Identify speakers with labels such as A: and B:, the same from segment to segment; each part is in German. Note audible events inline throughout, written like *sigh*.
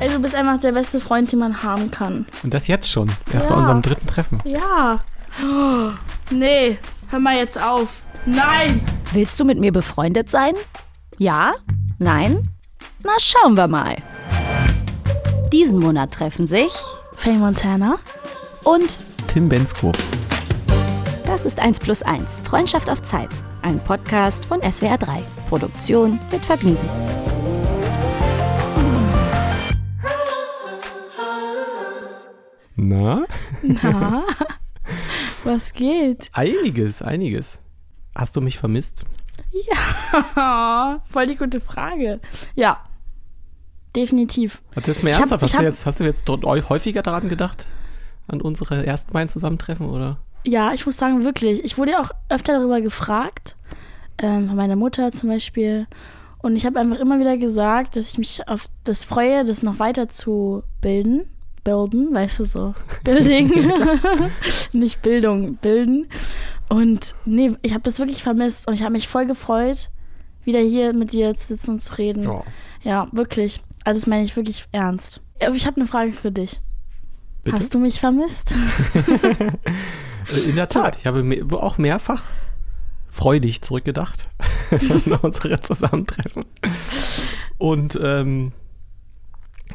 A: Ey, du bist einfach der beste Freund, den man haben kann.
B: Und das jetzt schon. Erst bei
A: Ja.
B: unserem dritten Treffen.
A: Ja. Oh, nee, hör mal jetzt auf. Nein!
C: Willst du mit mir befreundet sein? Ja? Nein? Na, schauen wir mal. Diesen Monat treffen sich
A: Fang Montana?
C: und
B: Tim Bensko.
C: das ist 1 plus 1, Freundschaft auf Zeit. Ein Podcast von SWR 3. Produktion mit Vergnügen.
B: Na?
A: Was geht?
B: Einiges, einiges. Hast du mich vermisst?
A: Ja, *laughs* voll die gute Frage. Ja, definitiv.
B: Hast du jetzt mal
A: Ich hab-
B: ernsthaft?
A: ich
B: hast,
A: hab-
B: du jetzt, hast du jetzt dort eu- häufiger daran gedacht? An unsere ersten beiden Zusammentreffen, oder?
A: Ja, ich muss sagen, wirklich. Ich wurde ja auch öfter darüber gefragt, ähm, von meiner Mutter zum Beispiel. Und ich habe einfach immer wieder gesagt, dass ich mich auf das freue, das noch weiter zu bilden. Bilden, weißt du
B: *laughs*
A: so. Building. *laughs* Nicht Bildung, bilden. Und nee, ich habe das wirklich vermisst und ich habe mich voll gefreut, wieder hier mit dir zu sitzen und zu reden.
B: Ja.
A: Ja, wirklich. Also das meine ich wirklich ernst. Aber ich habe eine Frage für dich.
B: Bitte?
A: Hast du mich vermisst?
B: Äh, In der Tat, ich habe me auch mehrfach freudig zurückgedacht *laughs* an unsere Zusammentreffen. Und ähm,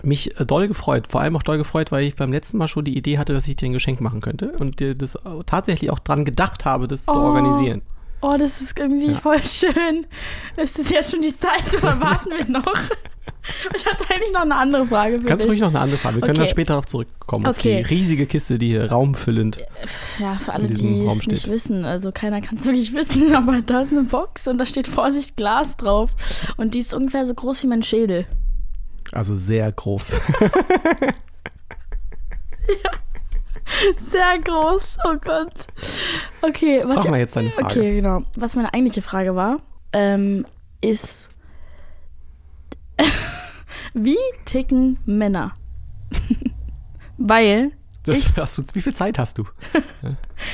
B: mich äh, doll gefreut, vor allem auch doll gefreut, weil ich beim letzten Mal schon die Idee hatte, dass ich dir ein Geschenk machen könnte und dir das auch tatsächlich auch dran gedacht habe, das zu
A: Oh.
B: organisieren.
A: Oh, das ist irgendwie voll schön. Ist das jetzt schon die Zeit
B: *laughs*
A: oder warten wir noch? Ich hatte eigentlich noch eine andere Frage für
B: Kannst
A: dich.
B: ruhig noch eine andere Frage, wir können
A: Okay.
B: dann später darauf zurückkommen,
A: Okay.
B: auf die riesige Kiste, die hier raumfüllend.
A: ja, für alle,
B: in diesem
A: die
B: Raum
A: es nicht
B: steht.
A: wissen. Also keiner kann es wirklich wissen, *laughs* aber da ist eine Box und da steht Vorsicht Glas drauf. Und die ist ungefähr so groß wie mein Schädel.
B: Also sehr groß.
A: Sehr groß, oh Gott. Okay, was
B: *laughs* Mach
A: ich
B: mal jetzt deine Frage.
A: Okay, genau. Was meine eigentliche Frage war, ähm, ist, *laughs* wie ticken Männer? *laughs* Weil,
B: Das hast du, wie viel Zeit hast du?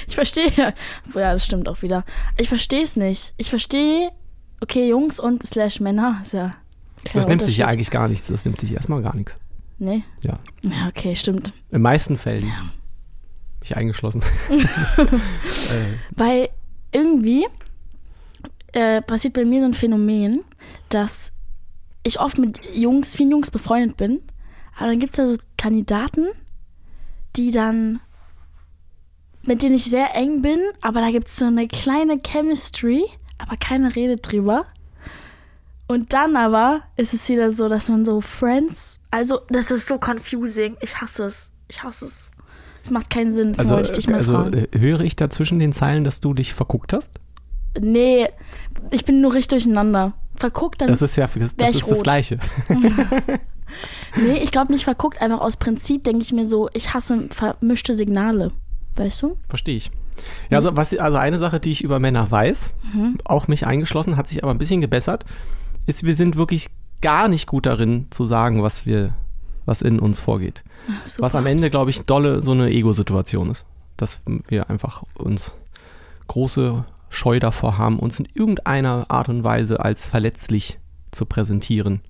A: ich verstehe, *laughs* ja, das stimmt auch wieder. Ich verstehe es nicht. Ich verstehe, okay, Jungs und slash Männer, ist ja.
B: Das nimmt sich ja
A: Unterschied.
B: eigentlich gar nichts, das nimmt sich erstmal gar nichts.
A: Nee.
B: Ja.
A: Ja, okay, stimmt.
B: In meisten Fällen. Mich eingeschlossen. äh,
A: Weil irgendwie äh, passiert bei mir so ein Phänomen, dass ich oft mit Jungs, vielen Jungs befreundet bin, aber dann gibt es da so Kandidaten, die dann, mit denen ich sehr eng bin, aber da gibt es so eine kleine Chemistry, aber keiner redet drüber. Und dann aber ist es wieder so, dass man so Friends, also das ist so confusing. Ich hasse es. Ich hasse es. Es macht keinen Sinn. Das
B: also
A: wollte ich dich mal
B: also
A: fragen.
B: äh, höre ich da zwischen den Zeilen, dass du dich verguckt hast?
A: Nee, ich bin nur richtig durcheinander. Verguckt dann.
B: Das ist ja das,
A: Mhm. Wär
B: das,
A: ich
B: ist das
A: rot.
B: Gleiche.
A: nee, ich glaube nicht verguckt, einfach aus Prinzip denke ich mir so, ich hasse vermischte Signale. Weißt du?
B: Verstehe ich. Ja, also, was, also eine Sache, die ich über Männer weiß, auch mich eingeschlossen, hat sich aber ein bisschen gebessert, ist, wir sind wirklich gar nicht gut darin zu sagen, was wir, was in uns vorgeht.
A: super.
B: Was am Ende, glaube ich, dolle so eine Ego-Situation ist. Dass wir einfach uns große Scheu davor haben, uns in irgendeiner Art und Weise als verletzlich zu präsentieren.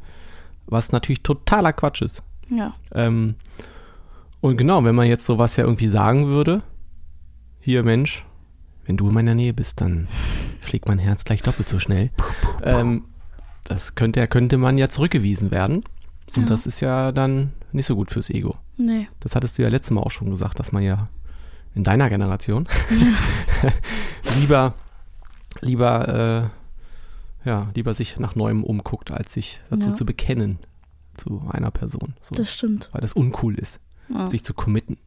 B: Was natürlich totaler Quatsch ist.
A: Ja.
B: Ähm, und genau, wenn man jetzt sowas ja irgendwie sagen würde, hier Mensch, wenn du in meiner Nähe bist, dann schlägt mein Herz gleich doppelt so schnell. Ähm, das könnte, könnte man ja zurückgewiesen werden. Und das ist ja dann nicht so gut fürs Ego.
A: Nee.
B: Das hattest du ja letztes Mal auch schon gesagt, dass man ja in deiner Generation *laughs* lieber, lieber, äh, ja, lieber sich nach Neuem umguckt, als sich dazu
A: Ja.
B: zu bekennen zu einer Person. So
A: Das stimmt.
B: weil das uncool ist, sich zu committen.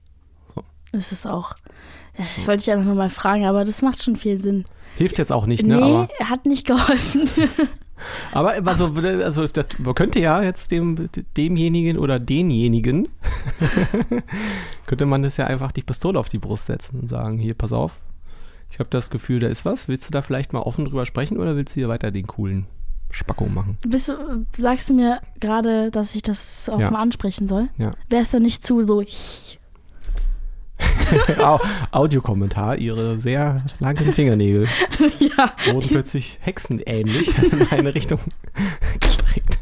A: Ist es auch. Ja, das wollte ich einfach nur mal fragen, aber das macht schon viel Sinn.
B: Hilft jetzt auch nicht, ne?
A: nee,
B: Aber,
A: er hat nicht geholfen. *laughs*
B: aber also, also das, man könnte ja jetzt dem, demjenigen oder denjenigen, *laughs* könnte man das ja einfach die Pistole auf die Brust setzen und sagen, hier, pass auf, ich habe das Gefühl, da ist was. Willst du da vielleicht mal offen drüber sprechen oder willst du hier weiter den coolen
A: *laughs*
B: Spacko machen?
A: Bist du, sagst du mir gerade, dass ich das auch
B: Ja.
A: mal ansprechen soll?
B: Ja.
A: Wär's da nicht zu so, *laughs* ich-
B: Au- Audiokommentar, ihre sehr langen Fingernägel
A: ja,
B: Oh. *laughs* wurden plötzlich hexenähnlich in eine Richtung gestreckt.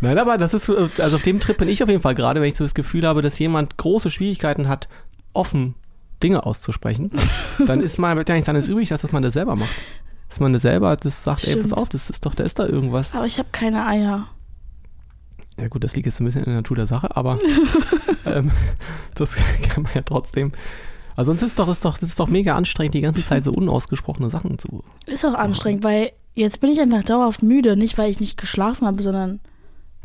B: Nein, aber das ist, äh, also auf dem Trip bin ich auf jeden Fall gerade, wenn ich so das Gefühl habe, dass jemand große Schwierigkeiten hat, offen Dinge auszusprechen, dann ist mal, bleibt ja nichts anderes übrig, als dass man das selber macht. Dass man das selber, das sagt, ey, pass
A: Stimmt.
B: auf, das ist doch, da ist da irgendwas.
A: Aber ich habe keine Eier.
B: Ja gut, das liegt jetzt ein bisschen in der Natur der Sache, aber ähm, das *laughs* kann man ja trotzdem. Also sonst ist doch, ist doch, das ist doch mega anstrengend, die ganze Zeit so unausgesprochene Sachen zu.
A: Ist auch anstrengend, weil jetzt bin ich einfach dauerhaft müde. Nicht, weil ich nicht geschlafen habe, sondern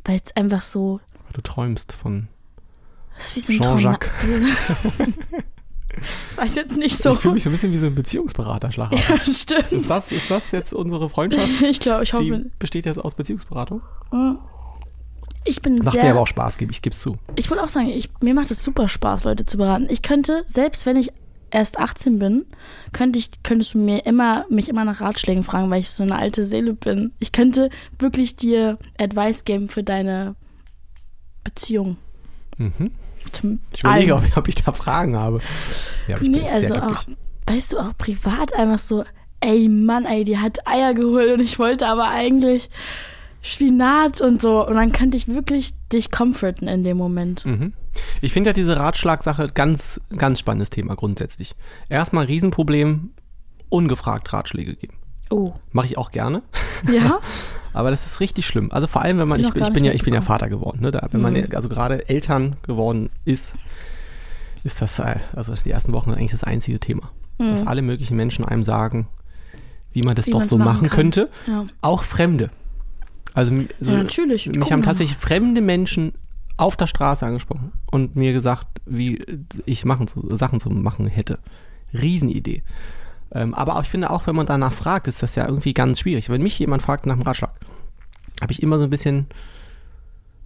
A: weil es einfach so.
B: Du träumst von.
A: Das ist wie so ein
B: Jean-Jacques.
A: Traum- wie so- *laughs* Weiß jetzt nicht so.
B: Ich fühle mich so ein bisschen wie so ein Beziehungsberater,
A: *laughs*
B: Schlager.
A: ja, stimmt.
B: Ist das, ist das jetzt unsere Freundschaft?
A: ich glaube, ich
B: Die
A: hoffe. Hm.
B: besteht jetzt aus Beziehungsberatung?
A: Ich bin
B: Macht
A: sehr.
B: mir aber auch Spaß, gebe ich, gib's zu.
A: Ich wollte auch sagen, ich, mir macht es super Spaß, Leute zu beraten. Ich könnte, selbst wenn ich erst 18 bin, könnte ich, könntest du mir immer, mich immer nach Ratschlägen fragen, weil ich so eine alte Seele bin. Ich könnte wirklich dir Advice geben für deine Beziehung.
B: Mhm.
A: Zum
B: Ich überlege,
A: Allen.
B: ob, ob ich da Fragen habe. Ja, aber ich bin
A: Also. Nee,
B: jetzt
A: also
B: sehr
A: auch,
B: glücklich.
A: weißt du, auch privat einfach so, ey Mann, ey, die hat Eier geholt und ich wollte aber eigentlich Spinat und so. Und dann könnte ich wirklich dich comforten in dem Moment.
B: Mhm.
A: ah.
B: Ich finde ja diese Ratschlagsache ganz, ganz spannendes Thema grundsätzlich. Erstmal Riesenproblem, ungefragt Ratschläge geben.
A: Oh.
B: Mache ich auch gerne,
A: Ja?
B: *laughs* aber das ist richtig schlimm. Also vor allem, wenn man,
A: Hab ich
B: ich,
A: noch gar
B: ich bin
A: nicht
B: ja, ich bin ja
A: mitbekommen. Mhm.
B: Vater geworden, ne? da, wenn man also gerade Eltern geworden ist, ist das äh, also die ersten Wochen eigentlich das einzige Thema, dass alle möglichen Menschen einem sagen, wie man das
A: Mhm. Wie
B: doch
A: man's
B: so
A: machen
B: machen
A: kann.
B: könnte,
A: Ja.
B: auch Fremde. Also, m- so,
A: Ja, natürlich. Guck
B: mich haben
A: mal.
B: tatsächlich fremde Menschen auf der Straße angesprochen und mir gesagt, wie ich machen, zu- Sachen zu machen hätte. Riesenidee. Ähm, aber auch, ich finde auch, wenn man danach fragt, ist das ja irgendwie ganz schwierig. Wenn mich jemand fragt nach dem Ratschlag, habe ich immer so ein bisschen,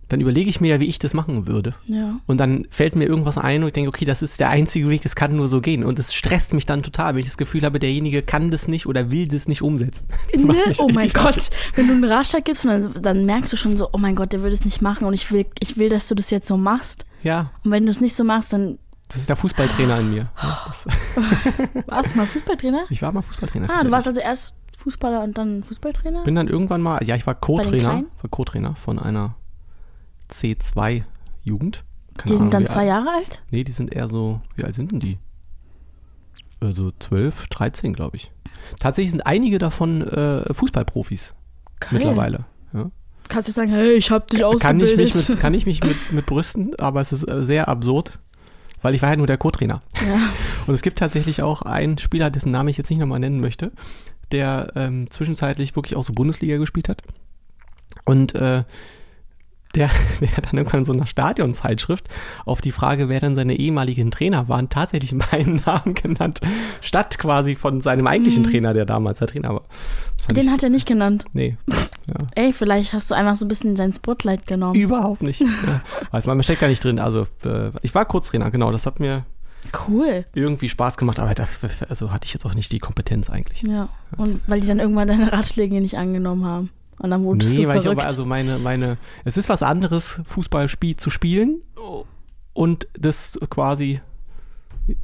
B: dann überlege ich mir ja, wie ich das machen würde.
A: Ja.
B: Und dann fällt mir irgendwas ein und ich denke, okay, das ist der einzige Weg, es kann nur so gehen. Und es stresst mich dann total, wenn ich das Gefühl habe, derjenige kann das nicht oder will das nicht umsetzen. *laughs* Das
A: Ne?
B: macht mich
A: Oh mein
B: richtig
A: Gott, wenn du einen Ratschlag gibst, und dann, dann merkst du schon so, oh mein Gott, der würde es nicht machen und ich will, ich will, dass du das jetzt so machst.
B: Ja,
A: Und wenn du es nicht so machst, dann
B: das ist der Fußballtrainer in mir.
A: Oh.
B: Ja, das,
A: warst du mal Fußballtrainer?
B: ich war mal Fußballtrainer.
A: Ah, du warst also erst Fußballer und dann Fußballtrainer?
B: Bin dann irgendwann mal, ja, ich war
A: Bei den
B: Co-Trainer,
A: Kleinen?
B: war Co-Trainer von einer C2-Jugend.
A: Die sind dann zwei Jahre alt?
B: Nee, die sind eher so, wie alt sind denn die? Also 12, 13, glaube ich. Tatsächlich sind einige davon äh, Fußballprofis
A: Ah, Geil.
B: mittlerweile. Ja.
A: Kannst du sagen, hey, ich hab dich
B: Kann ich
A: ausgebildet.
B: mich, mit, kann ich mich mit, mit brüsten, aber es ist äh, sehr absurd, weil ich war ja nur der Co-Trainer.
A: ja.
B: Und es gibt tatsächlich auch einen Spieler, dessen Namen ich jetzt nicht nochmal nennen möchte, der ähm, zwischenzeitlich wirklich auch so Bundesliga gespielt hat. Und äh, der, *laughs* der hat dann irgendwann in so einer Stadionzeitschrift auf die Frage, wer denn seine ehemaligen Trainer waren, tatsächlich *laughs* meinen Namen genannt, statt quasi von seinem eigentlichen Trainer, der damals der Trainer war. Das fand
A: Mhm. *laughs* Den
B: ich,
A: hat er nicht genannt.
B: nee,
A: Ey, vielleicht hast du einfach so ein bisschen sein Spotlight genommen. *laughs*
B: überhaupt nicht. ja. Weiß man, man steckt da nicht drin. Also äh, ich war Kurztrainer, genau. Das hat mir
A: Cool.
B: irgendwie Spaß gemacht, aber dafür, also hatte ich jetzt auch nicht die Kompetenz eigentlich.
A: Ja. Und weil die dann irgendwann deine Ratschläge nicht angenommen haben. Und dann wurdest
B: Nee,
A: du
B: weil
A: verrückt.
B: ich aber also meine, meine, es ist was anderes, Fußballspiel zu spielen und das quasi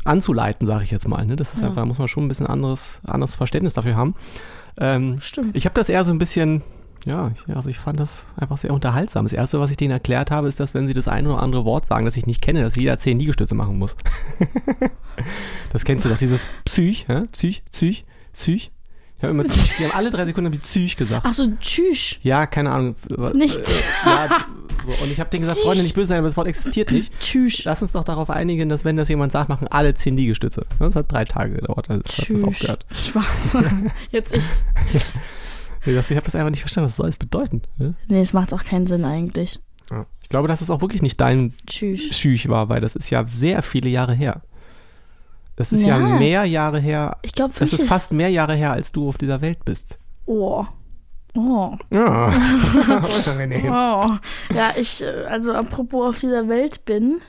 B: anzuleiten, sage ich jetzt mal. Ne? Das ist
A: Ja.
B: einfach, da muss man schon ein bisschen anderes, anderes Verständnis dafür haben. Ähm,
A: Stimmt.
B: ich habe das eher so ein bisschen, ja, ich, also ich fand das einfach sehr unterhaltsam. Das Erste, was ich denen erklärt habe, ist, dass wenn sie das ein oder andere Wort sagen, das ich nicht kenne, dass jeder zehn Liegestütze machen muss. *laughs* das kennst du doch, dieses Psych, hä? Psych, Psych, Psych. Ich habe immer Psych, die haben alle drei Sekunden haben die Psych gesagt.
A: Ach so, tschüss.
B: Ja, keine Ahnung.
A: *laughs* Nichts.
B: Äh, Ja, so. Und ich habe denen gesagt,
A: Süß.
B: Freunde, nicht böse sein, aber das Wort existiert nicht.
A: Tschüss.
B: Lass uns doch darauf einigen, dass wenn das jemand sagt, machen alle 10 Liegestütze. Das hat drei Tage gedauert, also das hat das aufgehört.
A: Spaß.
B: *laughs*
A: Jetzt ich.
B: Nee, das- Ich habe das einfach nicht verstanden, was soll das bedeuten? ne?
A: Nee, es macht auch keinen Sinn eigentlich.
B: Ich glaube, dass es auch wirklich nicht dein
A: Tschüss.
B: Schüch war, weil das ist ja sehr viele Jahre her. Das ist ja,
A: Ja.
B: mehr Jahre her.
A: Ich glaube,
B: Das ist fast mehr Jahre her, als du auf dieser Welt bist.
A: Oh. Oh.
B: Ja. Unangenehm.
A: Oh. Ja, ich, äh, also apropos auf dieser Welt bin.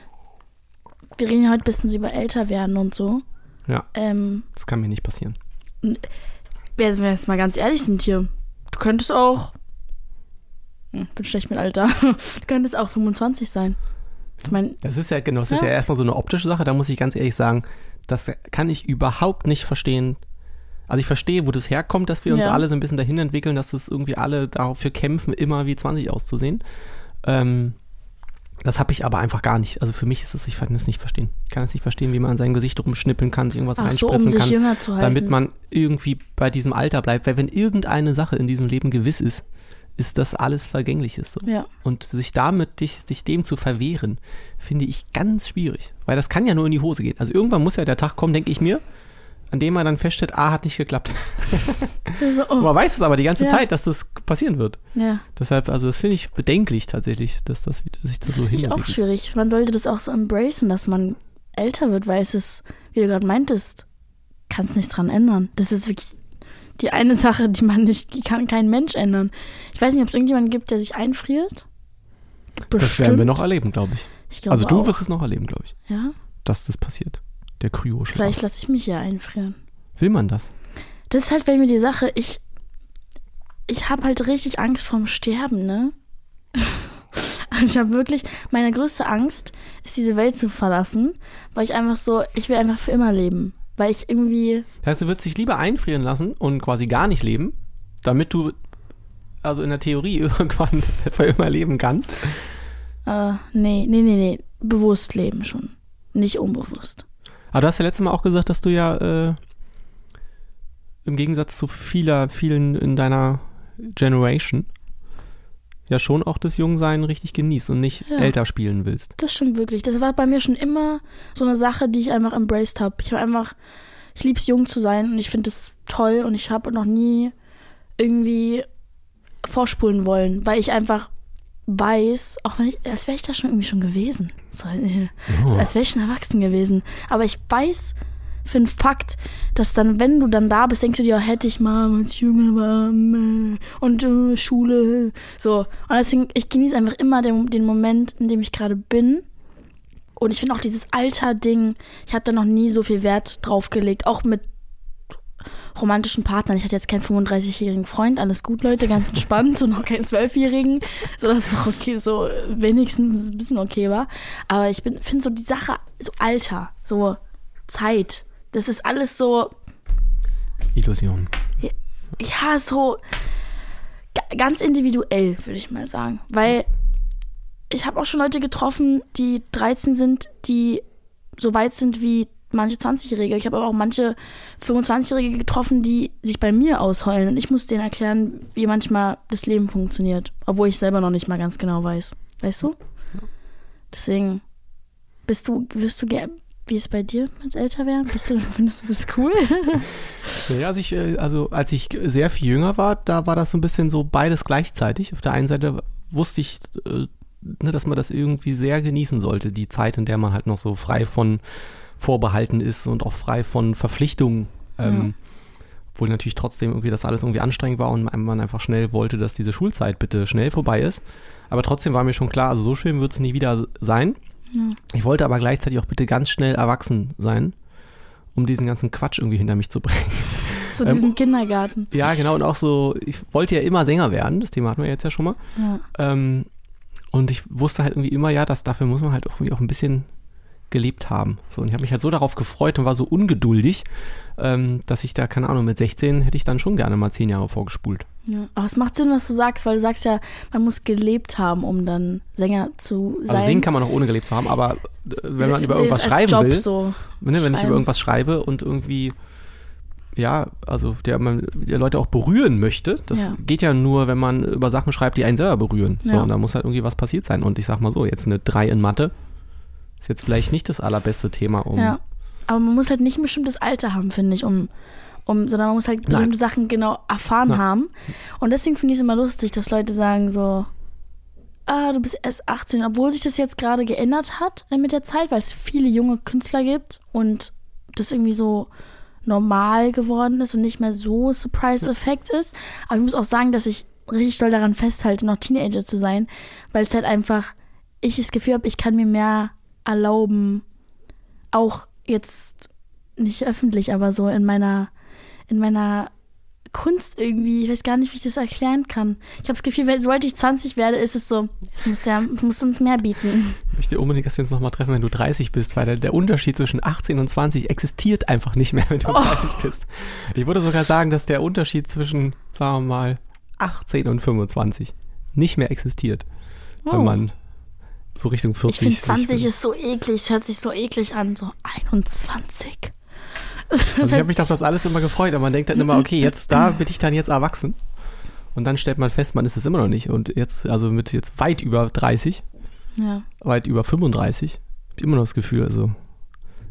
A: Wir reden ja heute ein bisschen so über älter werden und so.
B: Ja.
A: Ähm,
B: Das kann mir nicht passieren.
A: wenn wir jetzt mal ganz ehrlich sind hier, du könntest auch. Hm, bin schlecht mit Alter. *laughs* Du könntest auch 25 sein. Ich meine,
B: Das ist ja genau, das ist ja
A: Ja.
B: erstmal so eine optische Sache, da muss ich ganz ehrlich sagen, das kann ich überhaupt nicht verstehen. Also ich verstehe, wo das herkommt, dass wir uns
A: Ja.
B: alle so ein bisschen dahin entwickeln, dass es irgendwie alle dafür kämpfen, immer wie 20 auszusehen. Ähm, das habe ich aber einfach gar nicht. Also für mich ist es, ich kann es nicht verstehen. Ich kann es nicht verstehen, wie man an seinem Gesicht rumschnippeln kann, sich irgendwas
A: Ach so, um
B: einspritzen
A: sich
B: kann,
A: jünger zu halten.
B: damit man irgendwie bei diesem Alter bleibt. Weil wenn irgendeine Sache in diesem Leben gewiss ist, ist das alles Vergängliches. So.
A: Ja.
B: Und sich damit, dich, sich dem zu verwehren, finde ich ganz schwierig. Weil das kann ja nur in die Hose gehen. Also irgendwann muss ja der Tag kommen, denke ich mir, an dem man dann feststellt, ah, hat
A: *laughs*
B: nicht geklappt.
A: So, oh,
B: Man weiß es aber die ganze
A: Ja.
B: Zeit, dass das passieren wird.
A: ja.
B: Deshalb, also das finde ich bedenklich tatsächlich, dass das wieder- sich da so
A: Finde ich auch
B: hinentwickelt.
A: schwierig. Man sollte das auch so embracen, dass man älter wird, weil es ist, wie du gerade meintest, kannst nichts dran ändern. Das ist wirklich die eine Sache, die man nicht, die kann kein Mensch ändern. Ich weiß nicht, ob es irgendjemanden gibt, der sich einfriert.
B: Das werden wir noch erleben, glaube ich.
A: Ich glaube
B: Also du
A: auch.
B: wirst Genau. es noch erleben, glaube ich,
A: Ja,
B: dass das passiert. Der Kryoschlaf.
A: vielleicht lasse ich mich ja einfrieren.
B: Will man das?
A: Das ist halt bei mir die Sache. Ich, ich habe halt richtig Angst vorm Sterben, ne? *laughs* Also ich habe wirklich, meine größte Angst ist, diese Welt zu verlassen, weil ich einfach so, ich will einfach für immer leben. Weil ich irgendwie,
B: Das heißt, du würdest dich lieber einfrieren lassen und quasi gar nicht leben, damit du also in der Theorie *laughs* irgendwann für immer leben kannst.
A: äh, nee, nee, nee, nee, bewusst leben schon. Nicht unbewusst.
B: Aber du hast ja letztes Mal auch gesagt, dass du ja äh, im Gegensatz zu vieler, vielen in deiner Generation ja schon auch das Jungsein richtig genießt und nicht
A: Ja.
B: älter spielen willst.
A: Das stimmt wirklich. Das war bei mir schon immer so eine Sache, die ich einfach embraced habe. Ich habe einfach, ich lieb's jung zu sein und ich finde es toll und ich habe noch nie irgendwie vorspulen wollen, weil ich einfach weiß, auch wenn ich, als wäre ich da schon irgendwie schon gewesen. So, äh, Als wäre ich schon erwachsen gewesen. Aber ich weiß für einen Fakt, dass dann, wenn du dann da bist, denkst du dir, oh, hätte ich mal, als ich jünger war, meh, und äh, Schule, so. Und deswegen, ich genieße einfach immer den, den Moment, in dem ich gerade bin. Und ich finde auch dieses Alter-Ding, ich habe da noch nie so viel Wert drauf gelegt, auch mit romantischen Partnern. Ich hatte jetzt keinen 35-jährigen Freund, alles gut, Leute, ganz entspannt *laughs* und auch keinen 12-jährigen, sodass es noch okay, so wenigstens ein bisschen okay war. Aber ich finde so die Sache, so Alter, so Zeit, das ist alles so,
B: Illusion.
A: ja, so ga- ganz individuell, würde ich mal sagen. Weil ich habe auch schon Leute getroffen, die 13 sind, die so weit sind wie manche 20-Jährige. Ich habe aber auch manche 25-Jährige getroffen, die sich bei mir ausheulen. Und ich muss denen erklären, wie manchmal das Leben funktioniert. Obwohl ich selber noch nicht mal ganz genau weiß. Weißt du? Deswegen bist du, wirst du ger- Wie ist es bei dir mit älter werden? Bist du, *laughs* findest du das cool?
B: Ja, also, ich, äh, also als ich sehr viel jünger war, da war das so ein bisschen so beides gleichzeitig. Auf der einen Seite wusste ich, äh, ne, dass man das irgendwie sehr genießen sollte, die Zeit, in der man halt noch so frei von Vorbehalten ist und auch frei von Verpflichtungen. Ähm, Obwohl natürlich trotzdem irgendwie das alles irgendwie anstrengend war und man einfach schnell wollte, dass diese Schulzeit bitte schnell vorbei ist. Aber trotzdem war mir schon klar, also so schön wird es nie wieder sein. Ich wollte aber gleichzeitig auch bitte ganz schnell erwachsen sein, um diesen ganzen Quatsch irgendwie hinter mich zu bringen.
A: So
B: Ähm,
A: diesen Kindergarten.
B: Ja, genau. Und auch so, ich wollte ja immer Sänger werden. Das Thema hatten wir jetzt ja schon mal.
A: Ja.
B: Ähm, und ich wusste halt irgendwie immer, ja, dass dafür muss man halt auch irgendwie auch ein bisschen gelebt haben. So, und ich habe mich halt so darauf gefreut und war so ungeduldig, ähm, dass ich da, keine Ahnung, mit 16 hätte ich dann schon gerne mal 10 Jahre vorgespult.
A: Ja, aber es macht Sinn, was du sagst, weil du sagst ja, man muss gelebt haben, um dann Sänger zu sein.
B: Also singen kann man auch ohne gelebt zu haben, aber äh, wenn man über
A: Das
B: irgendwas
A: als
B: schreiben
A: Job
B: will,
A: So.
B: ne, wenn ich
A: Schreiben.
B: über irgendwas schreibe und irgendwie, ja, also der man der Leute auch berühren möchte, das
A: Ja.
B: geht ja nur, wenn man über Sachen schreibt, die einen selber berühren. So,
A: Ja.
B: und da muss halt irgendwie was passiert sein. Und ich sag mal so, jetzt eine 3 in Mathe ist jetzt vielleicht nicht das allerbeste Thema, um.
A: Ja. Aber man muss halt nicht ein bestimmtes Alter haben, finde ich, um, um, sondern man muss halt bestimmte Sachen genau erfahren
B: Nein.
A: haben. Und deswegen finde ich es immer lustig, dass Leute sagen so, ah, du bist erst 18, obwohl sich das jetzt gerade geändert hat äh, mit der Zeit, weil es viele junge Künstler gibt und das irgendwie so normal geworden ist und nicht mehr so Surprise-Effekt ist. Aber ich muss auch sagen, dass ich richtig doll daran festhalte, noch Teenager zu sein, weil es halt einfach, ich das Gefühl habe, ich kann mir mehr erlauben, auch jetzt nicht öffentlich, aber so in meiner, in meiner Kunst irgendwie. Ich weiß gar nicht, wie ich das erklären kann. Ich habe das Gefühl, wenn- sobald ich 20 werde, ist es so, es muss ja, es muss uns mehr bieten.
B: Ich möchte unbedingt, dass wir uns nochmal treffen, wenn du 30 bist, weil der, der Unterschied zwischen 18 und 20 existiert einfach nicht mehr, wenn
A: Oh.
B: du 30 bist. Ich würde sogar sagen, dass der Unterschied zwischen, sagen wir mal, 18 und 25 nicht mehr existiert.
A: Oh.
B: wenn man so Richtung 40
A: Ich finde
B: sich
A: 20
B: will.
A: ist so eklig, es hört sich so eklig an, so 21. *laughs* Das
B: Also ich habe
A: hört
B: mich auf
A: sich-
B: das alles immer gefreut, aber man denkt dann immer, okay, jetzt da bin ich dann jetzt erwachsen. Und dann stellt man fest, man ist es immer noch nicht. Und jetzt, also mit jetzt weit über 30,
A: ja.
B: weit über 35, hab ich immer noch das Gefühl, also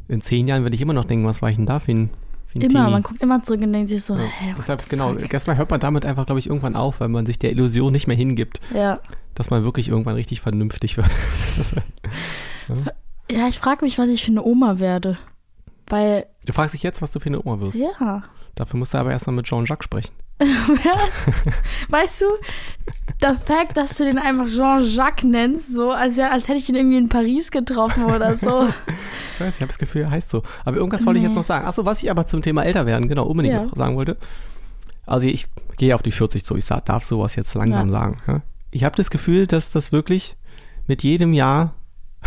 B: in zehn Jahren werde ich immer noch denken, was war ich denn da für ein, für ein
A: Immer,
B: Teenie?
A: man guckt immer zurück und denkt sich so,
B: ja.
A: hä, was?
B: Deshalb, genau, erstmal hört man damit einfach, glaube ich, irgendwann auf, weil man sich der Illusion nicht mehr hingibt,
A: Ja.
B: dass man wirklich irgendwann richtig vernünftig *laughs* wird.
A: ja, ich frage mich, was ich für eine Oma werde. Weil,
B: Du fragst dich jetzt, was du für eine Oma wirst.
A: ja,
B: Dafür musst du aber erstmal mit Jean-Jacques sprechen.
A: *laughs* weißt du, der Fact, dass du den einfach Jean-Jacques nennst, so, als, wär- als hätte ich ihn irgendwie in Paris getroffen oder so.
B: Ich weiß, ich habe das Gefühl, er heißt so. Aber irgendwas wollte ich jetzt noch sagen. Achso, was ich aber zum Thema älter werden, genau, unbedingt
A: Ja.
B: noch sagen wollte. Also ich gehe auf die 40 zu, ich sa- darf sowas jetzt langsam
A: Ja.
B: sagen. Ja? Ich habe das Gefühl, dass das wirklich mit jedem Jahr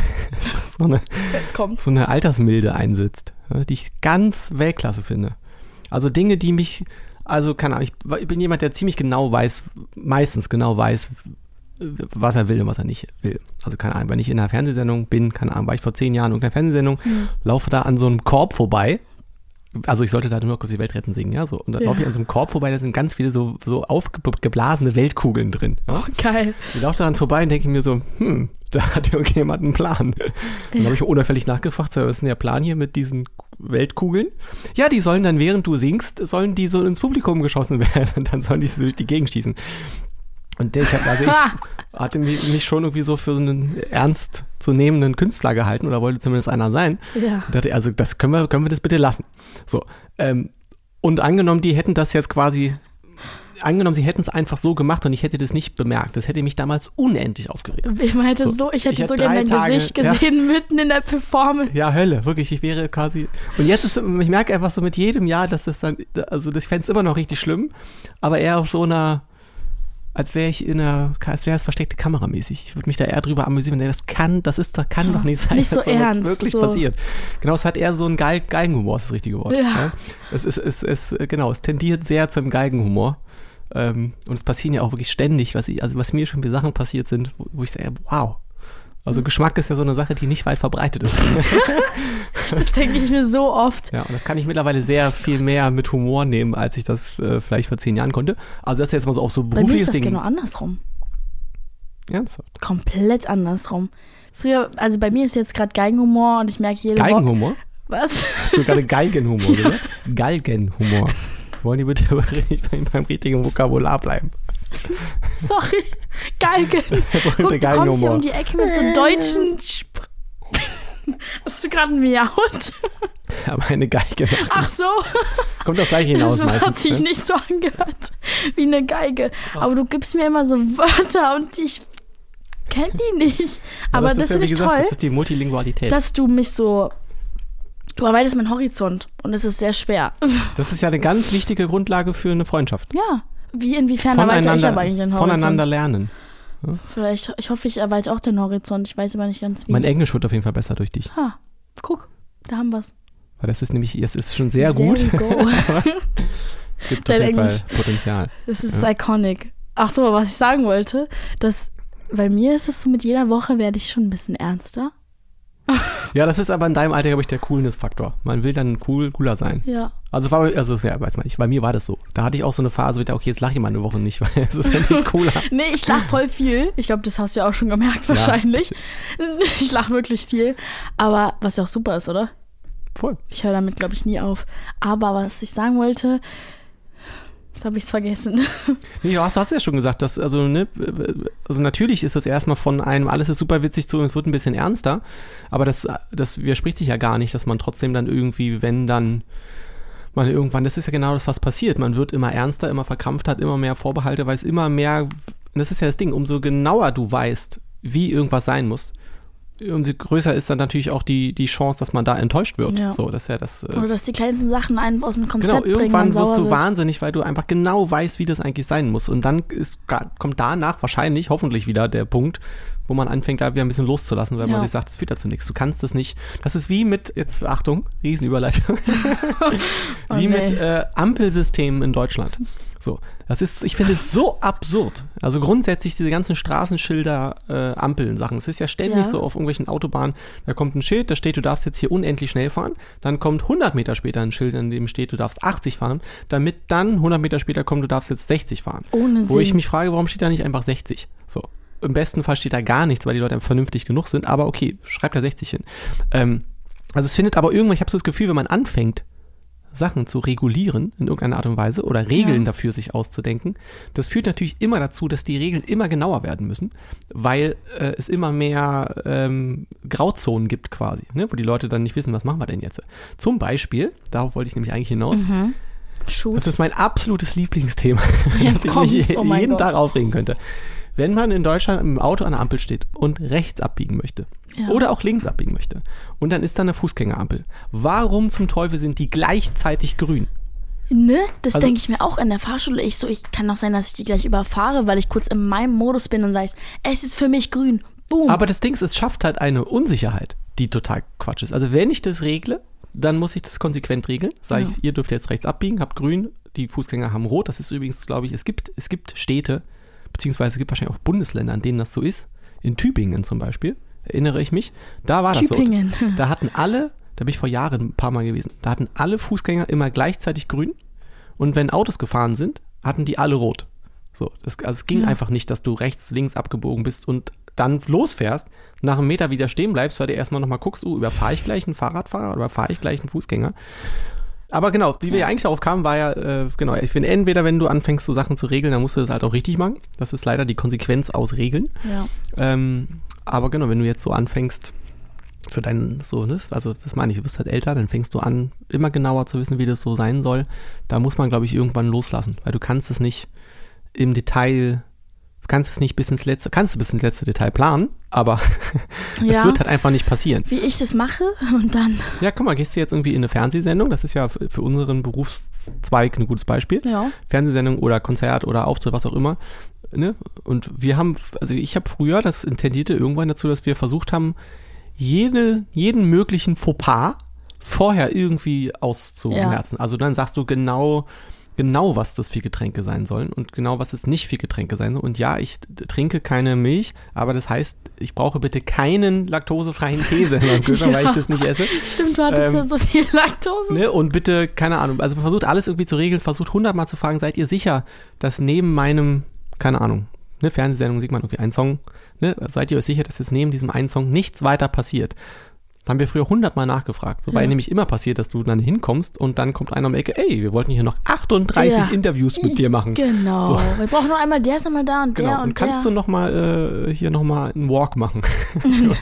B: *laughs* so eine
A: *laughs* Jetzt kommt's.
B: so eine Altersmilde einsetzt, ja, die ich ganz Weltklasse finde. Also Dinge, die mich, also keine Ahnung, ich, wa- ich bin jemand, der ziemlich genau weiß, meistens genau weiß, äh, was er will und was er nicht will. Also keine Ahnung, wenn ich in einer Fernsehsendung bin, keine Ahnung, war ich vor zehn Jahren in irgendeiner Fernsehsendung, laufe da an so einem Korb vorbei. Also ich sollte da nur kurz die Welt retten singen, ja, so. Und dann
A: Ja.
B: laufe ich an so einem Korb vorbei, da sind ganz viele so, so aufgeblasene Weltkugeln drin. Ja?
A: Geil.
B: Ich laufe daran vorbei und denke mir so, hm, *laughs* da hat irgendjemand einen Plan. Dann habe ich unauffällig nachgefragt, so, was ist denn der Plan hier mit diesen Weltkugeln? Ja, die sollen dann, während du singst, sollen die so ins Publikum geschossen *laughs* werden und dann sollen die so durch die Gegend schießen. Und der- ich, hab, also ich hatte mich, mich schon irgendwie so für einen ernst zu nehmenden Künstler gehalten oder wollte zumindest einer sein.
A: Ja.
B: Und dachte, also das können wir, können wir das bitte lassen. So. Ähm, und angenommen, die hätten das jetzt quasi, angenommen, sie hätten es einfach so gemacht und ich hätte das nicht bemerkt. Das hätte mich damals unendlich aufgeregt.
A: Man hätte
B: So,
A: so, ich hätte
B: ich
A: so
B: hätte
A: gerne
B: drei
A: dein
B: Tage-
A: Gesicht
B: ja.
A: gesehen, *laughs* mitten in der Performance.
B: Ja, Hölle, wirklich, ich wäre quasi. Und jetzt ist, ich merke einfach so mit jedem Jahr, dass das dann, also das fände es immer noch richtig schlimm, aber eher auf so einer, als wäre ich in einer, als wäre es versteckte Kamera mäßig. Ich würde mich da eher drüber amüsieren, wenn das kann, das ist, das kann doch nicht sein,
A: Nicht so
B: dass
A: ernst,
B: das wirklich
A: so.
B: passiert. Genau, es hat eher so einen Geil Geigenhumor, ist das richtige Wort. ne?
A: Ja.
B: Es ist, es ist, genau, es tendiert sehr zum Geigenhumor. Ähm, und es passieren ja auch wirklich ständig, was ich, also was mir schon für Sachen passiert sind, wo, wo ich sage, wow. Also
A: Mhm.
B: Geschmack ist ja so eine Sache, die nicht weit verbreitet ist.
A: Das denke ich mir so oft.
B: Ja, und das kann ich mittlerweile
A: Oh
B: sehr viel mehr mit Humor nehmen, als ich das äh, vielleicht vor zehn Jahren konnte. Also das ist jetzt mal so auch so ein
A: Bei mir ist
B: berufliches
A: das
B: Ding.
A: genau andersrum.
B: Ernsthaft?
A: Komplett andersrum. Früher, also bei mir ist jetzt gerade Geigenhumor und ich merke jede Woche.
B: Geigenhumor?
A: Was? *laughs*
B: Hast du gerade Geigenhumor gesagt? Galgenhumor. Wollen die bitte beim, beim richtigen Vokabular bleiben?
A: Sorry. Geigen. Guck, du kommst hier
B: Geigenhumor.
A: um die Ecke mit so deutschen. Sp *laughs* Hast du gerade
B: *laughs*
A: miaut?
B: Aber
A: *laughs*
B: eine Geige.
A: Ach so,
B: Kommt das gleiche hinaus
A: das hat
B: meistens.
A: sich
B: ne?
A: nicht so angehört wie eine Geige. Aber du gibst mir immer so Wörter und ich kenne die nicht. Aber das,
B: ist ja,
A: finde
B: wie
A: ich
B: gesagt,
A: toll.
B: das ist die Multilingualität. Das,
A: dass du mich so. Du erweiterst meinen Horizont und es ist sehr schwer.
B: ist ja eine ganz wichtige Grundlage für eine Freundschaft.
A: Ja. Wie, inwiefern erweitere ich aber eigentlich
B: Voneinander,
A: den Horizont?
B: voneinander lernen.
A: Vielleicht, ich hoffe, ich erweitere auch den Horizont. Ich weiß aber nicht ganz wie.
B: Mein Englisch wird auf jeden Fall besser durch dich.
A: ha, guck, da haben wir's.
B: Weil das ist nämlich, es ist schon sehr
A: There
B: gut.
A: we go.
B: *laughs* Gibt auf
A: Dein
B: jeden
A: Englisch.
B: Fall Potenzial.
A: Das ist iconic. Ach so, was ich sagen wollte, dass bei mir ist es so, mit jeder Woche werde ich schon ein bisschen ernster.
B: Ja, das ist aber in deinem Alter, glaube ich, der Coolness-Faktor. Man will dann cool, cooler sein.
A: Ja.
B: Also, war, also, ja, weiß man nicht. Bei mir war das so. Da hatte ich auch so eine Phase, wo ich dachte, okay, jetzt lache ich mal eine Woche nicht, *laughs* weil es ist ja nicht cooler.
A: Nee, ich lache voll viel. Ich glaube, das hast du ja auch schon gemerkt wahrscheinlich. *laughs* ich lache wirklich viel. Aber was ja auch super ist, oder?
B: Voll.
A: Ich höre damit, glaube ich, nie auf. Aber was ich sagen wollte, jetzt habe ich es vergessen.
B: Nee, du hast, du hast ja schon gesagt, dass, also, ne, also natürlich ist das erstmal von einem, alles ist super witzig zu, und es wird ein bisschen ernster. Aber das, das widerspricht sich ja gar nicht, dass man trotzdem dann irgendwie, wenn dann man irgendwann, das ist ja genau das, was passiert. Man wird immer ernster, immer verkrampft hat, immer mehr Vorbehalte, weil es immer mehr, und das ist ja das Ding, umso genauer du weißt, wie irgendwas sein muss, umso größer ist dann natürlich auch die, die Chance, dass man da enttäuscht wird.
A: Ja.
B: So, das ist ja das. äh,
A: *laughs* Oder dass die kleinsten Sachen einen aus dem
B: Genau,
A: Konzept bringen. man
B: irgendwann wirst
A: sauer
B: du
A: wird.
B: wahnsinnig, weil du einfach genau weißt, wie das eigentlich sein muss. Und dann ist, ga- kommt danach wahrscheinlich, hoffentlich wieder der Punkt, wo man anfängt, da wieder ein bisschen loszulassen, weil
A: Ja.
B: man sich sagt, das führt dazu nichts. Du kannst das nicht. Das ist wie mit, jetzt
A: *laughs*
B: Achtung, Riesenüberleitung,
A: Oh,
B: wie
A: nee.
B: mit äh, Ampelsystemen in Deutschland. So, das ist, ich finde es so absurd. Also grundsätzlich diese ganzen Straßenschilder, äh, Ampeln, Sachen. Es ist ja ständig
A: Ja.
B: so auf irgendwelchen Autobahnen, da kommt ein Schild, da steht, du darfst jetzt hier unendlich schnell fahren. Dann kommt 100 Meter später ein Schild, an dem steht, du darfst 80 fahren. Damit dann 100 Meter später kommt, du darfst jetzt 60 fahren.
A: Ohne
B: Wo ich
A: Sinn.
B: mich frage, warum steht da nicht einfach 60? So. Im besten Fall steht da gar nichts, weil die Leute vernünftig genug sind, aber okay, schreibt da 60 hin. Ähm, also es findet aber irgendwann, ich habe so das Gefühl, wenn man anfängt, Sachen zu regulieren in irgendeiner Art und Weise oder Regeln
A: Ja.
B: dafür sich auszudenken, das führt natürlich immer dazu, dass die Regeln immer genauer werden müssen, weil äh, es immer mehr ähm, Grauzonen gibt quasi, ne, wo die Leute dann nicht wissen, was machen wir denn jetzt. Zum Beispiel, darauf wollte ich nämlich eigentlich hinaus, das
A: Shoot.
B: ist mein absolutes Lieblingsthema, *laughs*
A: Jetzt
B: dass ich
A: kommt's,
B: mich
A: oh mein
B: jeden
A: Gott.
B: Tag aufregen könnte. Wenn man in Deutschland im Auto an der Ampel steht und rechts abbiegen möchte
A: Ja.
B: oder auch links abbiegen möchte und dann ist da eine Fußgängerampel, warum zum Teufel sind die gleichzeitig grün?
A: Ne? Das
B: Also-
A: denke ich mir auch in der Fahrschule. Ich so, ich kann auch sein, dass ich die gleich überfahre, weil ich kurz in meinem Modus bin und weiß, es ist für mich grün. Boom.
B: Aber das Ding ist, es schafft halt eine Unsicherheit, die total Quatsch ist. Also wenn ich das regle, dann muss ich das konsequent regeln. Sage ich, ihr dürft jetzt rechts abbiegen, habt grün, die Fußgänger haben rot. Das ist übrigens, glaube ich, es gibt, es gibt Städte, beziehungsweise es gibt wahrscheinlich auch Bundesländer, an denen das so ist. In Tübingen zum Beispiel, erinnere ich mich, da war das
A: Tübingen.
B: so. Da hatten alle, da bin ich vor Jahren ein paar Mal gewesen, da hatten alle Fußgänger immer gleichzeitig grün und wenn Autos gefahren sind, hatten die alle rot. So, das, also es ging einfach nicht, dass du rechts, links abgebogen bist und dann losfährst, nach einem Meter wieder stehen bleibst, weil du erstmal nochmal guckst, uh, überfahre ich gleich einen Fahrradfahrer oder überfahre ich gleich einen Fußgänger. Aber genau, wie wir ja eigentlich darauf kamen, war ja, äh, genau, ich finde, entweder wenn du anfängst, so Sachen zu regeln, dann musst du das halt auch richtig machen. Das ist leider die Konsequenz aus Regeln.
A: ja.
B: Ähm, aber genau, wenn du jetzt so anfängst, für deinen, so, ne, also das meine ich, du bist halt älter, dann fängst du an, immer genauer zu wissen, wie das so sein soll. Da muss man, glaube ich, irgendwann loslassen, weil du kannst es nicht im Detail, du kannst es nicht bis ins letzte, kannst du bis ins letzte Detail planen, aber *laughs* es
A: Ja.
B: wird halt einfach nicht passieren.
A: Wie ich das mache und dann.
B: Ja, guck mal, gehst du jetzt irgendwie in eine Fernsehsendung, das ist ja für für unseren Berufszweig ein gutes Beispiel.
A: Ja.
B: Fernsehsendung oder Konzert oder Auftritt, was auch immer. Ne? Und wir haben, also ich habe früher, das intendierte irgendwann dazu, dass wir versucht haben, jede, jeden möglichen Fauxpas vorher irgendwie auszumerzen. Also dann sagst du genau, genau, was das für Getränke sein sollen und genau, was es nicht für Getränke sein soll. Und ja, ich t- trinke keine Milch, aber das heißt, ich brauche bitte keinen laktosefreien Käse in meinem Kühlschrank, weil ich das nicht esse.
A: Stimmt, du hattest
B: Ähm,
A: ja so viel Laktose.
B: Ne? Und bitte, keine Ahnung, also versucht alles irgendwie zu regeln, versucht hundertmal zu fragen, seid ihr sicher, dass neben meinem, keine Ahnung, ne, Fernsehsendung sieht man irgendwie einen Song, ne, seid ihr euch sicher, dass jetzt neben diesem einen Song nichts weiter passiert? Haben wir früher hundertmal nachgefragt, so, weil
A: Ja.
B: nämlich immer passiert, dass du dann hinkommst und dann kommt einer um die Ecke, ey, wir wollten hier noch 38
A: Ja.
B: Interviews mit dir machen.
A: Genau.
B: So.
A: Wir brauchen nur einmal, der ist nochmal da und der
B: Genau,
A: und,
B: und kannst
A: der.
B: du nochmal äh, hier nochmal einen Walk machen?
A: Ein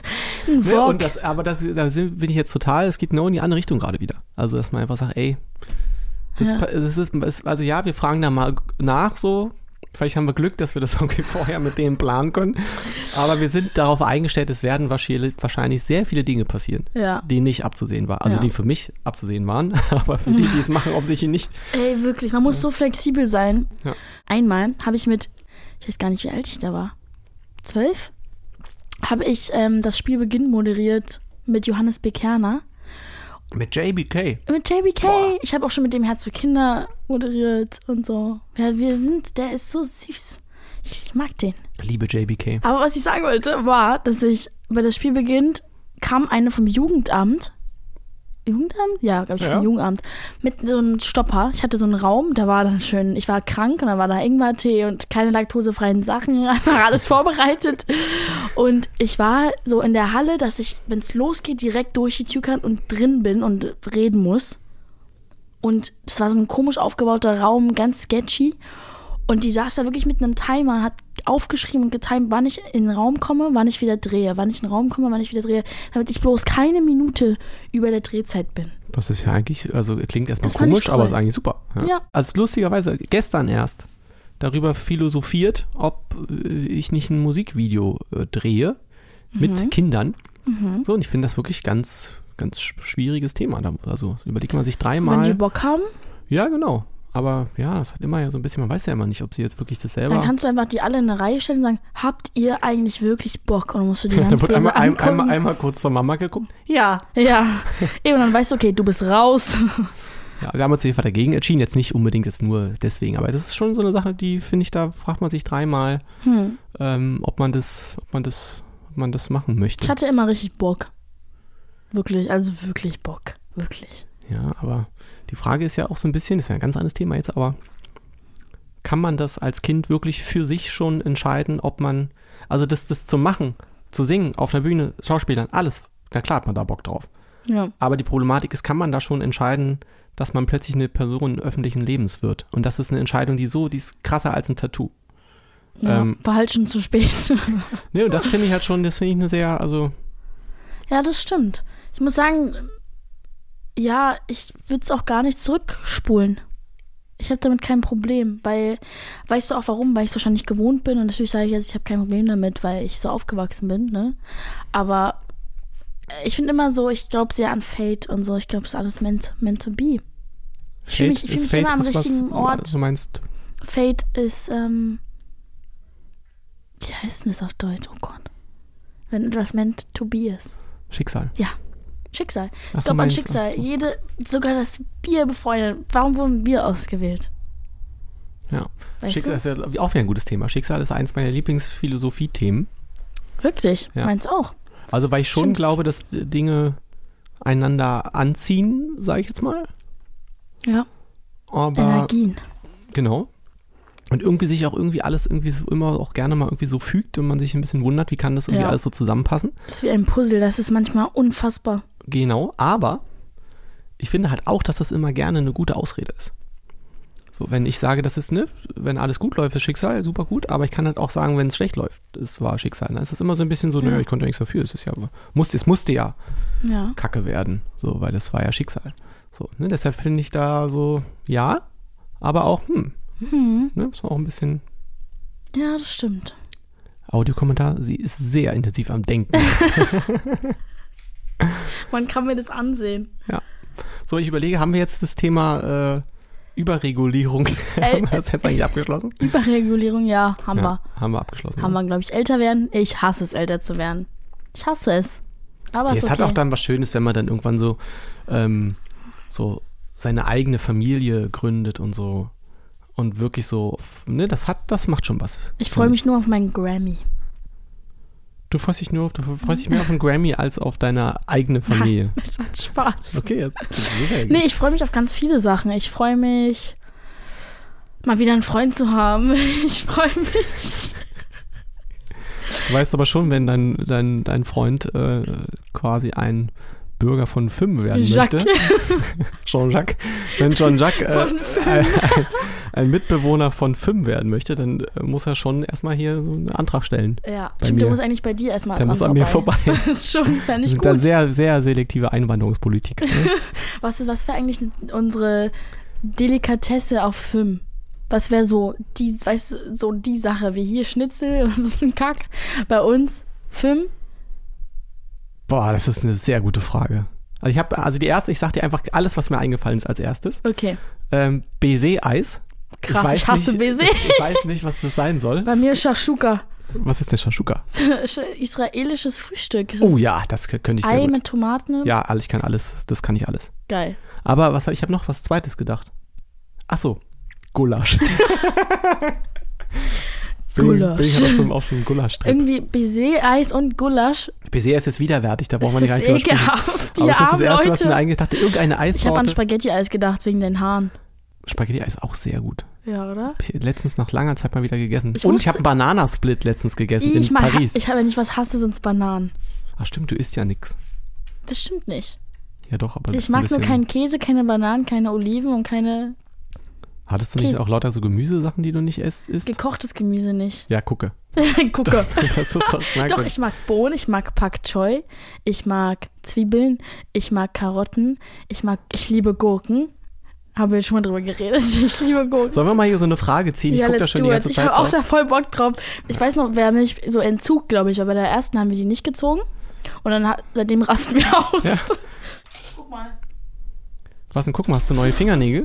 B: Ne?
A: Wok.
B: Und das, aber das, da sind, bin ich jetzt total, es geht genau in die andere Richtung gerade wieder. Also, dass man einfach sagt, ey, das,
A: Ja.
B: pa- das ist, es- also ja, wir fragen da mal nach so. Vielleicht haben wir Glück, dass wir das *laughs* irgendwie vorher mit denen planen können. Aber wir sind darauf eingestellt, es werden wahrscheinlich wahrscheinlich sehr viele Dinge passieren,
A: Ja.
B: die nicht abzusehen waren. Also
A: Ja.
B: die für mich abzusehen waren, *laughs* aber für die,
A: *laughs*
B: die es machen, offensichtlich nicht.
A: Ey, wirklich, man muss so flexibel sein.
B: Ja.
A: Einmal habe ich mit, ich weiß gar nicht, wie alt ich da war, zwölf, habe ich ähm, das Spiel Beginn moderiert mit Johannes Bekerner.
B: Mit JBK.
A: Mit JBK. Ich habe auch schon mit dem Herz für Kinder moderiert und so. Ja, wir sind, der ist so süß. Ich mag den.
B: Liebe JBK.
A: Aber was ich sagen wollte, war, dass ich bei das Spiel beginnt, kam eine vom Jugendamt. Jugendamt? Ja, glaube ich,
B: Ja.
A: vom Jugendamt. Mit so einem Stopper. Ich hatte so einen Raum, da war dann schön, ich war krank und dann war da Ingwertee und keine laktosefreien Sachen, *laughs* war alles vorbereitet. Und ich war so in der Halle, dass ich, wenn es losgeht, direkt durch die Tür kann und drin bin und reden muss. Und das war so ein komisch aufgebauter Raum, ganz sketchy. Und die saß da wirklich mit einem Timer, hat aufgeschrieben und getimt, wann ich in den Raum komme, wann ich wieder drehe, wann ich in den Raum komme, wann ich wieder drehe, damit ich bloß keine Minute über der Drehzeit bin.
B: Das ist ja eigentlich, also klingt erstmal
A: Das fand ich
B: komisch, aber
A: toll.
B: ist eigentlich super.
A: Ja.
B: Also lustigerweise gestern erst darüber philosophiert, ob äh, ich nicht ein Musikvideo äh, drehe
A: Mhm.
B: mit Kindern. So, und ich finde das wirklich ganz, ganz sch- schwieriges Thema. Da- Also überlegt man sich
A: Wenn die
B: dreimal.
A: Bock haben,
B: Ja, genau. Aber ja, das hat immer ja so ein bisschen, man weiß ja immer nicht, ob sie jetzt wirklich das selber.
A: dann kannst du einfach die alle in eine Reihe stellen und sagen, habt ihr eigentlich wirklich Bock? Und dann musst du die
B: *laughs* Da
A: ganz
B: wird
A: böse
B: einmal, ein-
A: angucken.
B: einmal, einmal kurz zur Mama geguckt. Ja.
A: Ja, eben, dann weißt du, okay, du bist raus. *laughs*
B: Ja, wir haben uns auf jeden Fall dagegen entschieden, jetzt nicht unbedingt jetzt nur deswegen, aber das ist schon so eine Sache, die finde ich, da fragt man sich dreimal,
A: Hm.
B: ähm, ob man das, ob man das, ob man das machen
A: Ich
B: möchte.
A: hatte immer richtig Bock. Wirklich, also wirklich Bock. Wirklich.
B: Ja, aber die Frage ist ja auch so ein bisschen, ist ja ein ganz anderes Thema jetzt, aber kann man das als Kind wirklich für sich schon entscheiden, ob man, also das, das zu machen, zu singen, auf einer Bühne, Schauspielern, alles, na klar hat man da Bock drauf.
A: Ja.
B: Aber die Problematik ist, kann man da schon entscheiden, dass man plötzlich eine Person öffentlichen Lebens wird. Und das ist eine Entscheidung, die so, die ist krasser als ein Tattoo.
A: ja.
B: Ähm.
A: War halt schon zu spät.
B: Nee, und das finde ich halt schon, das finde ich eine sehr, also,
A: Ja, das stimmt. Ich muss sagen, ja, ich würde es auch gar nicht zurückspulen. Ich habe damit kein Problem, weil, weißt du auch warum? Weil ich es wahrscheinlich gewohnt bin und natürlich sage ich jetzt, ich habe kein Problem damit, weil ich so aufgewachsen bin, ne? Aber äh, ich finde immer so, ich glaube sehr an Fate und so, ich glaube, es ist alles meant, meant to be. Ich fühl mich- ich fühl mich immer am
B: ist was- äh,
A: richtigen Ort.
B: Du meinst,
A: Fate ist, ähm, wie heißt denn das auf Deutsch? Oh Gott. Wenn etwas meant to be ist.
B: Schicksal.
A: Schicksal.
B: Ach,
A: Ich
B: du
A: glaube an
B: meinst-
A: Schicksal.
B: ach so.
A: Jede, sogar das Bier befreundet. Warum wurden wir ausgewählt?
B: Ja.
A: Weißt
B: Schicksal ist ja glaub ich, auch wieder ein gutes Thema. Schicksal ist eins meiner Lieblingsphilosophie-Themen.
A: du? Wirklich?
B: Ja.
A: Meins auch.
B: Also, weil ich schon
A: Stimmt's.
B: glaube, dass Dinge einander anziehen, sage ich jetzt mal.
A: Ja.
B: Aber
A: Energien.
B: Genau. Und irgendwie sich auch irgendwie alles irgendwie so immer auch gerne mal irgendwie so fügt und man sich ein bisschen wundert, wie kann das irgendwie
A: Ja.
B: alles so zusammenpassen.
A: Das ist wie ein Puzzle. Das ist manchmal unfassbar.
B: Genau, aber ich finde halt auch, dass das immer gerne eine gute Ausrede ist. So, wenn ich sage, das ist, ne, wenn alles gut läuft, ist Schicksal, super gut, aber ich kann halt auch sagen, wenn es schlecht läuft, es war Schicksal. Dann ist das immer so ein bisschen so, naja, ich konnte ja nichts dafür, es ist ja, musste, es musste ja
A: Ja.
B: Kacke werden, so, weil das war ja Schicksal. So, ne, deshalb finde ich da so, ja, aber auch, hm,
A: Hm.
B: ne, ist auch ein bisschen
A: Ja, das stimmt.
B: Audiokommentar, sie ist sehr intensiv am Denken.
A: Man kann mir das ansehen.
B: so, ich überlege, haben wir jetzt das Thema äh, Überregulierung, *laughs*
A: Ey,
B: haben wir das jetzt eigentlich abgeschlossen?
A: Überregulierung, ja, Äh, haben wir.
B: Ja, haben wir abgeschlossen.
A: Haben wir, glaube ich, älter werden. Ich hasse es, älter zu werden. Ich hasse es. Aber
B: Ja,
A: es
B: es
A: ist okay.
B: hat auch dann was Schönes, wenn man dann irgendwann so, ähm, so seine eigene Familie gründet und so. Und wirklich so, ne, das hat, das macht schon was.
A: ich freue mich nur auf meinen Grammy.
B: Du freust dich nur auf, du freust dich mehr auf einen Grammy als auf deine
A: *laughs*
B: eigene Familie.
A: Das macht Spaß.
B: Okay,
A: *laughs*
B: jetzt.
A: Nee, ich freue mich auf ganz viele Sachen. Ich freue mich, mal wieder einen Freund zu haben. *laughs* Ich freue mich.
B: Du weißt aber schon, wenn dein, dein, dein Freund äh, quasi ein Bürger von Fünf werden
A: Jacques.
B: möchte, Jean-Jacques, wenn Jean-Jacques äh,
A: Von
B: ein, ein- ein Mitbewohner von Fünf werden möchte, dann äh, muss er schon erstmal hier so einen Antrag stellen.
A: Ja,
B: Bei
A: stimmt, du
B: mir.
A: musst eigentlich bei dir erstmal
B: Der
A: dran
B: muss an mir vorbei.
A: *laughs* Das ist schon, fände
B: Wir
A: ich
B: sind da
A: gut.
B: sehr, sehr selektive
A: *laughs*
B: Einwanderungspolitik. Ne?
A: Was, was wäre eigentlich unsere Delikatesse auf Film? Was wäre so die, weißt du, so die Sache, wie hier Schnitzel und so ein Kack bei uns? Film?
B: Boah, das ist eine sehr gute Frage. Also ich habe, also die erste, ich sag dir einfach alles, was mir eingefallen ist als erstes.
A: Okay.
B: Ähm, BC-Eis.
A: Krass, ich, hasse BC.
B: Ich weiß nicht, was das sein soll.
A: Bei mir Shashuka.
B: Was ist denn Shashuka?
A: *laughs* Israelisches Frühstück. Es
B: Oh
A: ist
B: ja, das k- könnte ich sehr
A: Ei
B: gut.
A: mit Tomaten.
B: Ja, alles, ich kann alles, das kann ich alles.
A: Geil.
B: Aber was hab, ich habe noch was Zweites gedacht. Ach so,
A: *laughs*
B: Gulasch. Bin-
A: Gulasch.
B: Bin ich halt auf so einem- auf so einem Gulasch drin.
A: Irgendwie Baiser, Eis und Gulasch.
B: Baiser ist jetzt widerwärtig, da braucht
A: Das
B: man
A: ist
B: nicht rein
A: *laughs*
B: drüber sprechen.
A: ekelhaft.
B: Aber
A: Die
B: das ist das
A: armen
B: Erste, was mir
A: Leute.
B: eigentlich dachte. Irgendeine
A: Ich habe an
B: Eissorte.
A: Spaghetti-Eis gedacht wegen den Haaren.
B: Spaghetti-Eis auch sehr gut.
A: Ja, oder?
B: Hab ich letztens nach langer Zeit mal wieder gegessen.
A: Ich
B: Und ich
A: wusste-
B: habe einen Bananasplit letztens gegessen
A: Ich,
B: in
A: mal, ha-
B: Paris.
A: ich habe, wenn ich was hasse, sind es Bananen.
B: Ach stimmt, du isst ja nix.
A: Das stimmt nicht.
B: Ja doch, aber du
A: Ich
B: bist ein
A: mag nur
B: bisschen-
A: keinen Käse, keine Bananen, keine Oliven und keine
B: Hattest du nicht
A: Käse.
B: auch lauter so Gemüsesachen, die du nicht isst? isst?
A: gekochtes Gemüse nicht. *laughs*
B: Ja, gucke. *laughs*
A: Gucke.
B: Das ist doch
A: Doch,
B: merkwürdig.
A: ich mag Bohnen, ich mag Pak Choi, ich mag Zwiebeln, ich mag Karotten, ich mag, ich liebe Gurken. Haben wir schon mal drüber geredet. *laughs* Ich liebe Gurken.
B: Sollen wir mal hier so eine Frage ziehen? Ich guck da
A: let's
B: schon
A: do
B: die
A: it.
B: ganze
A: Ich
B: Zeit
A: habe auch
B: drauf.
A: da voll Bock drauf. Ich weiß noch, wir haben nämlich so Entzug, glaube ich, aber bei der ersten haben wir die nicht gezogen. Und dann hat, seitdem rasten wir aus.
B: Ja.
A: Guck mal.
B: Was denn, guck mal, hast du neue Fingernägel?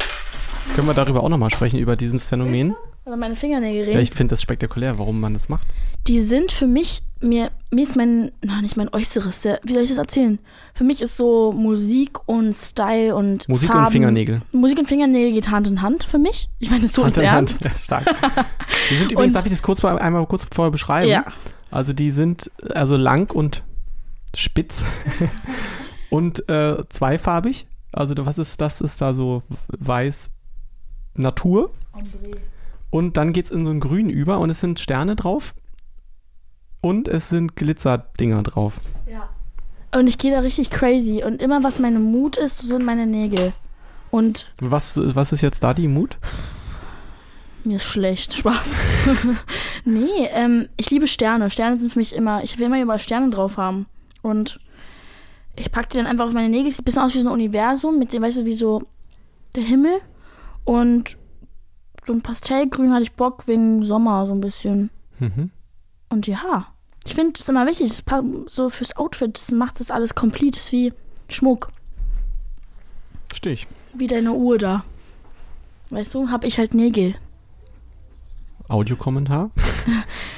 B: Können wir darüber auch nochmal sprechen, über dieses Phänomen?
A: *laughs* Oder meine Fingernägel
B: Ja,
A: reden.
B: ich finde das spektakulär, warum man das macht.
A: die sind für mich, mir, mir ist mein, na, nicht mein Äußeres, sehr, wie soll ich das erzählen? Für mich ist so Musik und Style und
B: Musik und
A: Farben,
B: Fingernägel.
A: Musik und Fingernägel geht Hand in Hand für mich. Ich meine, so ist
B: Hand in Hand.
A: ernst.
B: Ja, *laughs* stark. Die sind übrigens,
A: Und-
B: darf ich das kurz mal, einmal kurz vorher beschreiben?
A: Ja.
B: Also die sind also lang und spitz *laughs* und äh, zweifarbig. Also da- was ist das? Ist da so weiß Natur und dann geht's in so ein Grün über und es sind Sterne drauf und es sind Glitzerdinger drauf.
A: Und ich gehe da richtig crazy. Und immer, was meine Mut ist, so sind meine Nägel. Und
B: Was, was ist jetzt da die Mut?
A: mir ist schlecht. Spaß. *laughs* nee, ähm, ich liebe Sterne. Sterne sind für mich immer, ich will immer überall Sterne drauf haben. Und ich packe die dann einfach auf meine Nägel. Sieht ein bisschen aus wie so ein Universum, mit dem, weißt du, wie so der Himmel. Und so ein Pastellgrün hatte ich Bock wegen Sommer so ein bisschen.
B: Mhm.
A: Und ja, ich finde es immer wichtig, das pa- so fürs Outfit, das macht das alles komplett, ist wie Schmuck.
B: Verstehe ich.
A: Wie deine Uhr da. Weißt du, hab ich halt Nägel.
B: *laughs* Audiokommentar.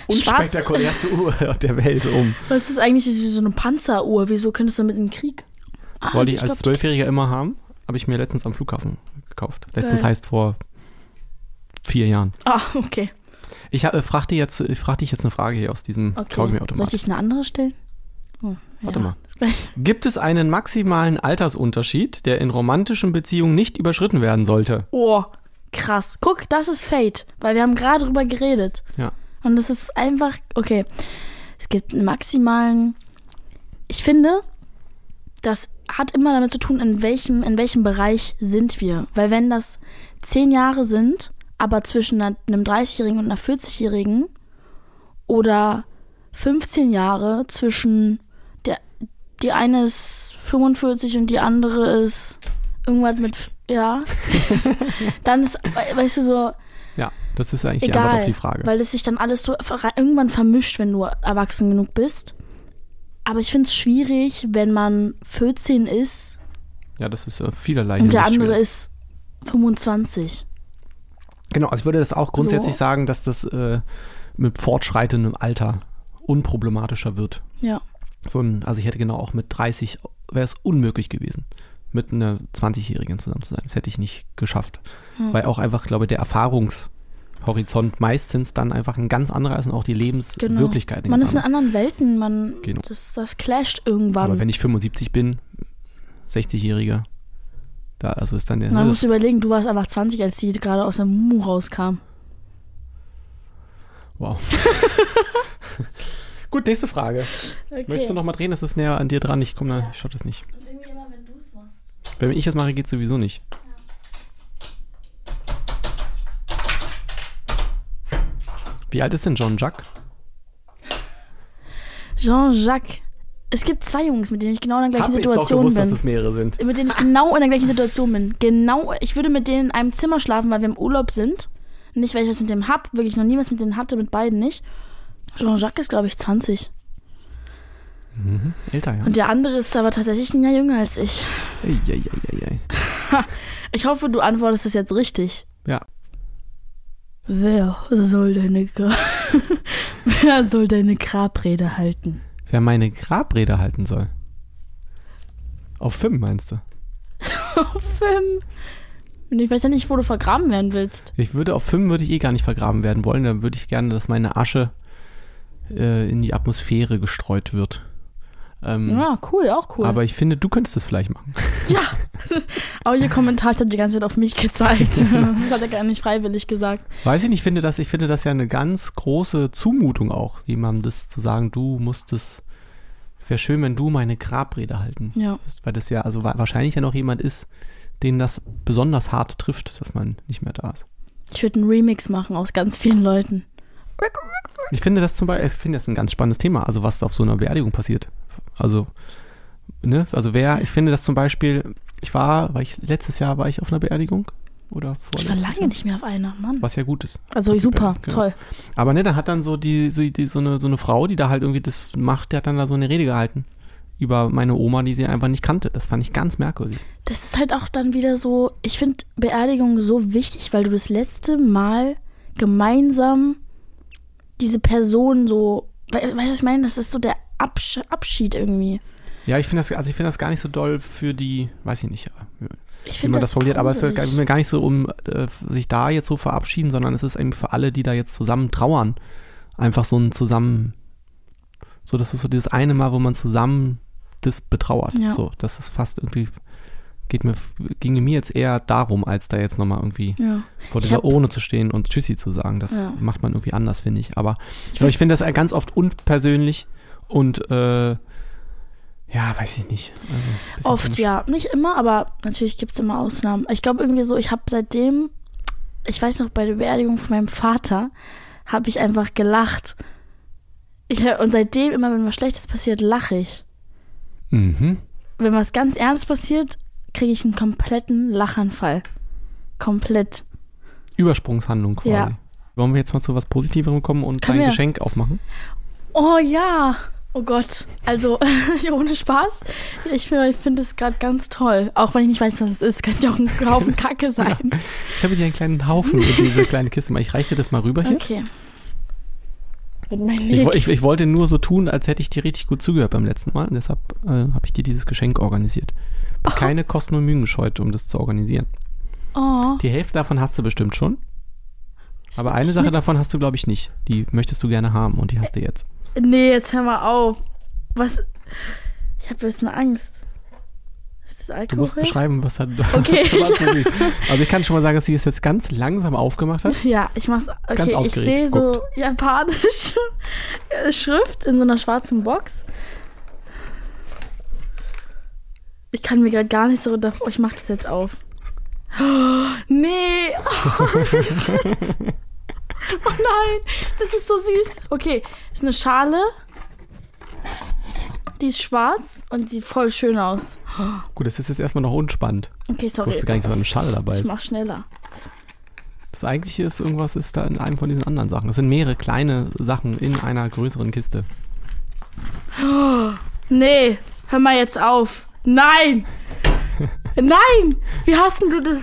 A: Schwarz.
B: Unspektakulärste Uhr der Welt um.
A: Was ist das eigentlich? Das ist wie so eine Panzeruhr. Wieso könntest du damit in den Krieg? Ah,
B: Wollte ich
A: glaub,
B: als Zwölfjähriger immer haben, habe ich mir letztens am Flughafen gekauft. Letztens
A: Geil.
B: heißt vor vier Jahren.
A: Ah, okay.
B: Ich hab- äh, fragte jetzt, ich fragte dich jetzt eine Frage hier aus diesem
A: okay. Soll ich
B: Kaugummiautomat.
A: dich eine andere stellen? Oh,
B: Warte
A: ja,
B: mal.
A: ist gleich.
B: Gibt es einen maximalen Altersunterschied, der in romantischen Beziehungen nicht überschritten werden sollte?
A: Oh, krass. Guck, das ist Fate, weil wir haben gerade drüber geredet.
B: Ja.
A: Und das ist einfach, okay. Es gibt einen maximalen. Ich finde, das hat immer damit zu tun, in welchem, in welchem Bereich sind wir. Weil wenn das zehn Jahre sind, aber zwischen einer- einem 30-Jährigen und einer 40-Jährigen oder 15 Jahre zwischen der, die eine ist 45 und die andere ist irgendwas mit, ja, dann ist, weißt du, so,
B: Ja, das ist eigentlich die
A: Egal,
B: Antwort auf die Frage.
A: weil es sich dann alles so ver- irgendwann vermischt, wenn du erwachsen genug bist. Aber ich finde es schwierig, wenn man 14 ist
B: ja, das ist äh, vielerlei.
A: und der
B: Hinsicht
A: andere
B: schwierig.
A: ist 25.
B: Genau, also ich würde das auch grundsätzlich
A: So.
B: sagen, dass das äh, mit fortschreitendem Alter unproblematischer wird.
A: Ja.
B: So ein, also ich hätte genau auch mit 30 wäre es unmöglich gewesen, mit einer 20-Jährigen zusammen zu sein. Das hätte ich nicht geschafft.
A: Hm.
B: Weil auch einfach, glaube ich, der Erfahrungshorizont meistens dann einfach ein ganz anderer ist und auch die
A: Genau.
B: Lebenswirklichkeit
A: man
B: ganz
A: ist in
B: anders.
A: anderen Welten, man
B: Genau.
A: das, das clasht irgendwann.
B: Aber wenn ich 75 bin, 60-Jähriger, da also ist dann der.
A: man
B: ne,
A: muss
B: das,
A: überlegen, du warst einfach 20, als die gerade aus der Mumu rauskam.
B: wow.
A: *laughs*
B: *laughs* Gut, nächste Frage.
A: Okay.
B: Möchtest du nochmal drehen? Das ist näher an dir dran. Ich komme da, ich schaff das nicht. Wenn ich das mache, geht sowieso nicht. Wie alt ist denn John Jack?
A: Jean-Jacques. Es gibt zwei Jungs, mit denen ich genau in der gleichen Situation bin.
B: mehrere sind.
A: mit denen ich genau in der gleichen Situation bin. Genau, ich würde mit denen in einem Zimmer schlafen, weil wir im Urlaub sind. Nicht, weil ich was mit dem hab, wirklich noch nie was mit denen hatte, mit beiden nicht. Jean-Jacques ist, glaube ich, 20.
B: Älter, ja.
A: Mhm. Und der andere ist aber tatsächlich ein Jahr jünger als ich.
B: Eieieiei.
A: Ich hoffe, du antwortest das jetzt richtig.
B: Ja.
A: Wer soll deine, Gra *laughs* Wer soll deine Grabrede halten?
B: Wer meine Grabrede halten soll. Auf Film meinst du?
A: Fünf. Und ich weiß ja nicht, wo du vergraben werden willst.
B: Ich würde auf Film würde ich eh gar nicht vergraben werden wollen. Dann würde ich gerne, dass meine Asche äh, in die Atmosphäre gestreut wird. Ähm,
A: Ja, cool, auch Ah, cool.
B: Aber ich finde, du könntest das vielleicht machen.
A: Audiokommentar hat die ganze Zeit auf mich gezeigt. das hat er gar nicht freiwillig gesagt.
B: Weiß ich nicht, ich finde das, ich finde das ja eine ganz große Zumutung auch, jemandem das zu sagen, du musst es. Wäre schön, wenn du meine Grabrede halten
A: Ja.
B: würdest, weil das ja, also wa- wahrscheinlich ja noch jemand ist, den das besonders hart trifft, dass man nicht mehr da ist.
A: Ich würde einen Remix machen aus ganz vielen Leuten.
B: Ich finde das zum Beispiel, ich finde das ein ganz spannendes Thema, also was auf so einer Beerdigung passiert. Also, ne, also wer, ich finde das zum Beispiel, ich war, war ich, letztes Jahr war ich auf einer Beerdigung oder vor.
A: Ich war lange nicht mehr auf einer, Mann.
B: Was ja gut ist.
A: Also super,
B: Ja.
A: toll.
B: Aber ne, da hat dann so die, so, die so, eine, so eine Frau, die da halt irgendwie das macht, der hat dann da so eine Rede gehalten über meine Oma, die sie einfach nicht kannte. Das fand ich ganz merkwürdig.
A: Das ist halt auch dann wieder so, ich finde Beerdigung so wichtig, weil du das letzte Mal gemeinsam diese Person so, we- weißt du, was ich meine? Das ist so der Absch Abschied irgendwie.
B: Ja, ich finde das, also ich finde das gar nicht so doll für die, weiß ich nicht, äh,
A: Ich
B: wie
A: finde
B: man das formuliert, aber es
A: gruselig.
B: geht mir gar nicht so um äh, sich da jetzt so verabschieden, sondern es ist eben für alle, die da jetzt zusammen trauern, einfach so ein zusammen, so das ist so dieses eine Mal, wo man zusammen das betrauert.
A: Ja.
B: So, das ist fast irgendwie geht mir ginge mir jetzt eher darum, als da jetzt nochmal irgendwie
A: Ja.
B: vor
A: Ich
B: dieser
A: hab-
B: Urne zu stehen und Tschüssi zu sagen. Das
A: Ja.
B: macht man irgendwie anders, finde ich. Aber ich,
A: find-
B: ich finde das ganz oft unpersönlich und äh, ja, weiß ich nicht. Also, ein bisschen
A: Oft
B: komisch.
A: ja, nicht immer, aber natürlich gibt es immer Ausnahmen. Ich glaube irgendwie so, ich habe seitdem, ich weiß noch, bei der Beerdigung von meinem Vater habe ich einfach gelacht. Ich, und seitdem, immer wenn was Schlechtes passiert, lache ich.
B: Mhm.
A: Wenn was ganz Ernst passiert, kriege ich einen kompletten Lachanfall. Komplett.
B: Übersprungshandlung quasi.
A: Ja.
B: Wollen wir jetzt mal zu was Positiverem kommen und
A: Können
B: ein
A: wir.
B: Geschenk aufmachen?
A: Oh ja, oh Gott. Also, *laughs* ohne Spaß. Ich finde ich find es gerade ganz toll. Auch wenn ich nicht weiß, was es ist, könnte ja auch ein Haufen Kacke sein.
B: Ich habe hier einen kleinen Haufen in
A: *laughs*
B: diese kleine Kiste. Ich reiche dir das mal rüber hier.
A: Okay. Mit meinen
B: Ich, wo-
A: Nägeln.
B: ich, ich wollte nur so tun, als hätte ich dir richtig gut zugehört beim letzten Mal. Und deshalb äh, habe ich dir dieses Geschenk organisiert. Bin Keine Kosten und Mühen gescheut, um das zu organisieren.
A: Oh.
B: Die Hälfte davon hast du bestimmt schon. Aber eine Sache davon hast du, glaube ich, nicht. Die möchtest du gerne haben und die hast
A: Äh,
B: du jetzt.
A: Nee, jetzt hör mal auf. Was? Ich habe ein bisschen Angst. Ist das
B: Du
A: Alkohol?
B: musst beschreiben, was, hat, *laughs*
A: Okay,
B: was, was du siehst. Also ich kann schon mal sagen, dass sie es jetzt ganz langsam aufgemacht hat.
A: ja, ich mach's. Okay,
B: Ganz
A: ich
B: aufgeregt
A: sehe so japanische *laughs* Schrift in so einer schwarzen Box. Ich kann mir gerade gar nicht so davor. Ich mach das jetzt auf. *gasps* Oh, nee! *laughs* Oh, wie süß. *laughs* oh nein! Das ist so süß. Okay, ist eine Schale. Die ist schwarz und sieht voll schön aus.
B: Gut, das ist jetzt erstmal noch unspannend.
A: Okay,
B: Ich
A: sorry.
B: wusste gar nicht, dass da eine Schale dabei
A: Ich
B: ist.
A: mach schneller.
B: Das eigentliche ist, irgendwas ist da in einem von diesen anderen Sachen. Es sind mehrere kleine Sachen in einer größeren Kiste.
A: Nee, hör mal jetzt auf. Nein! Nein! Wie hast denn du
B: *laughs*
A: das?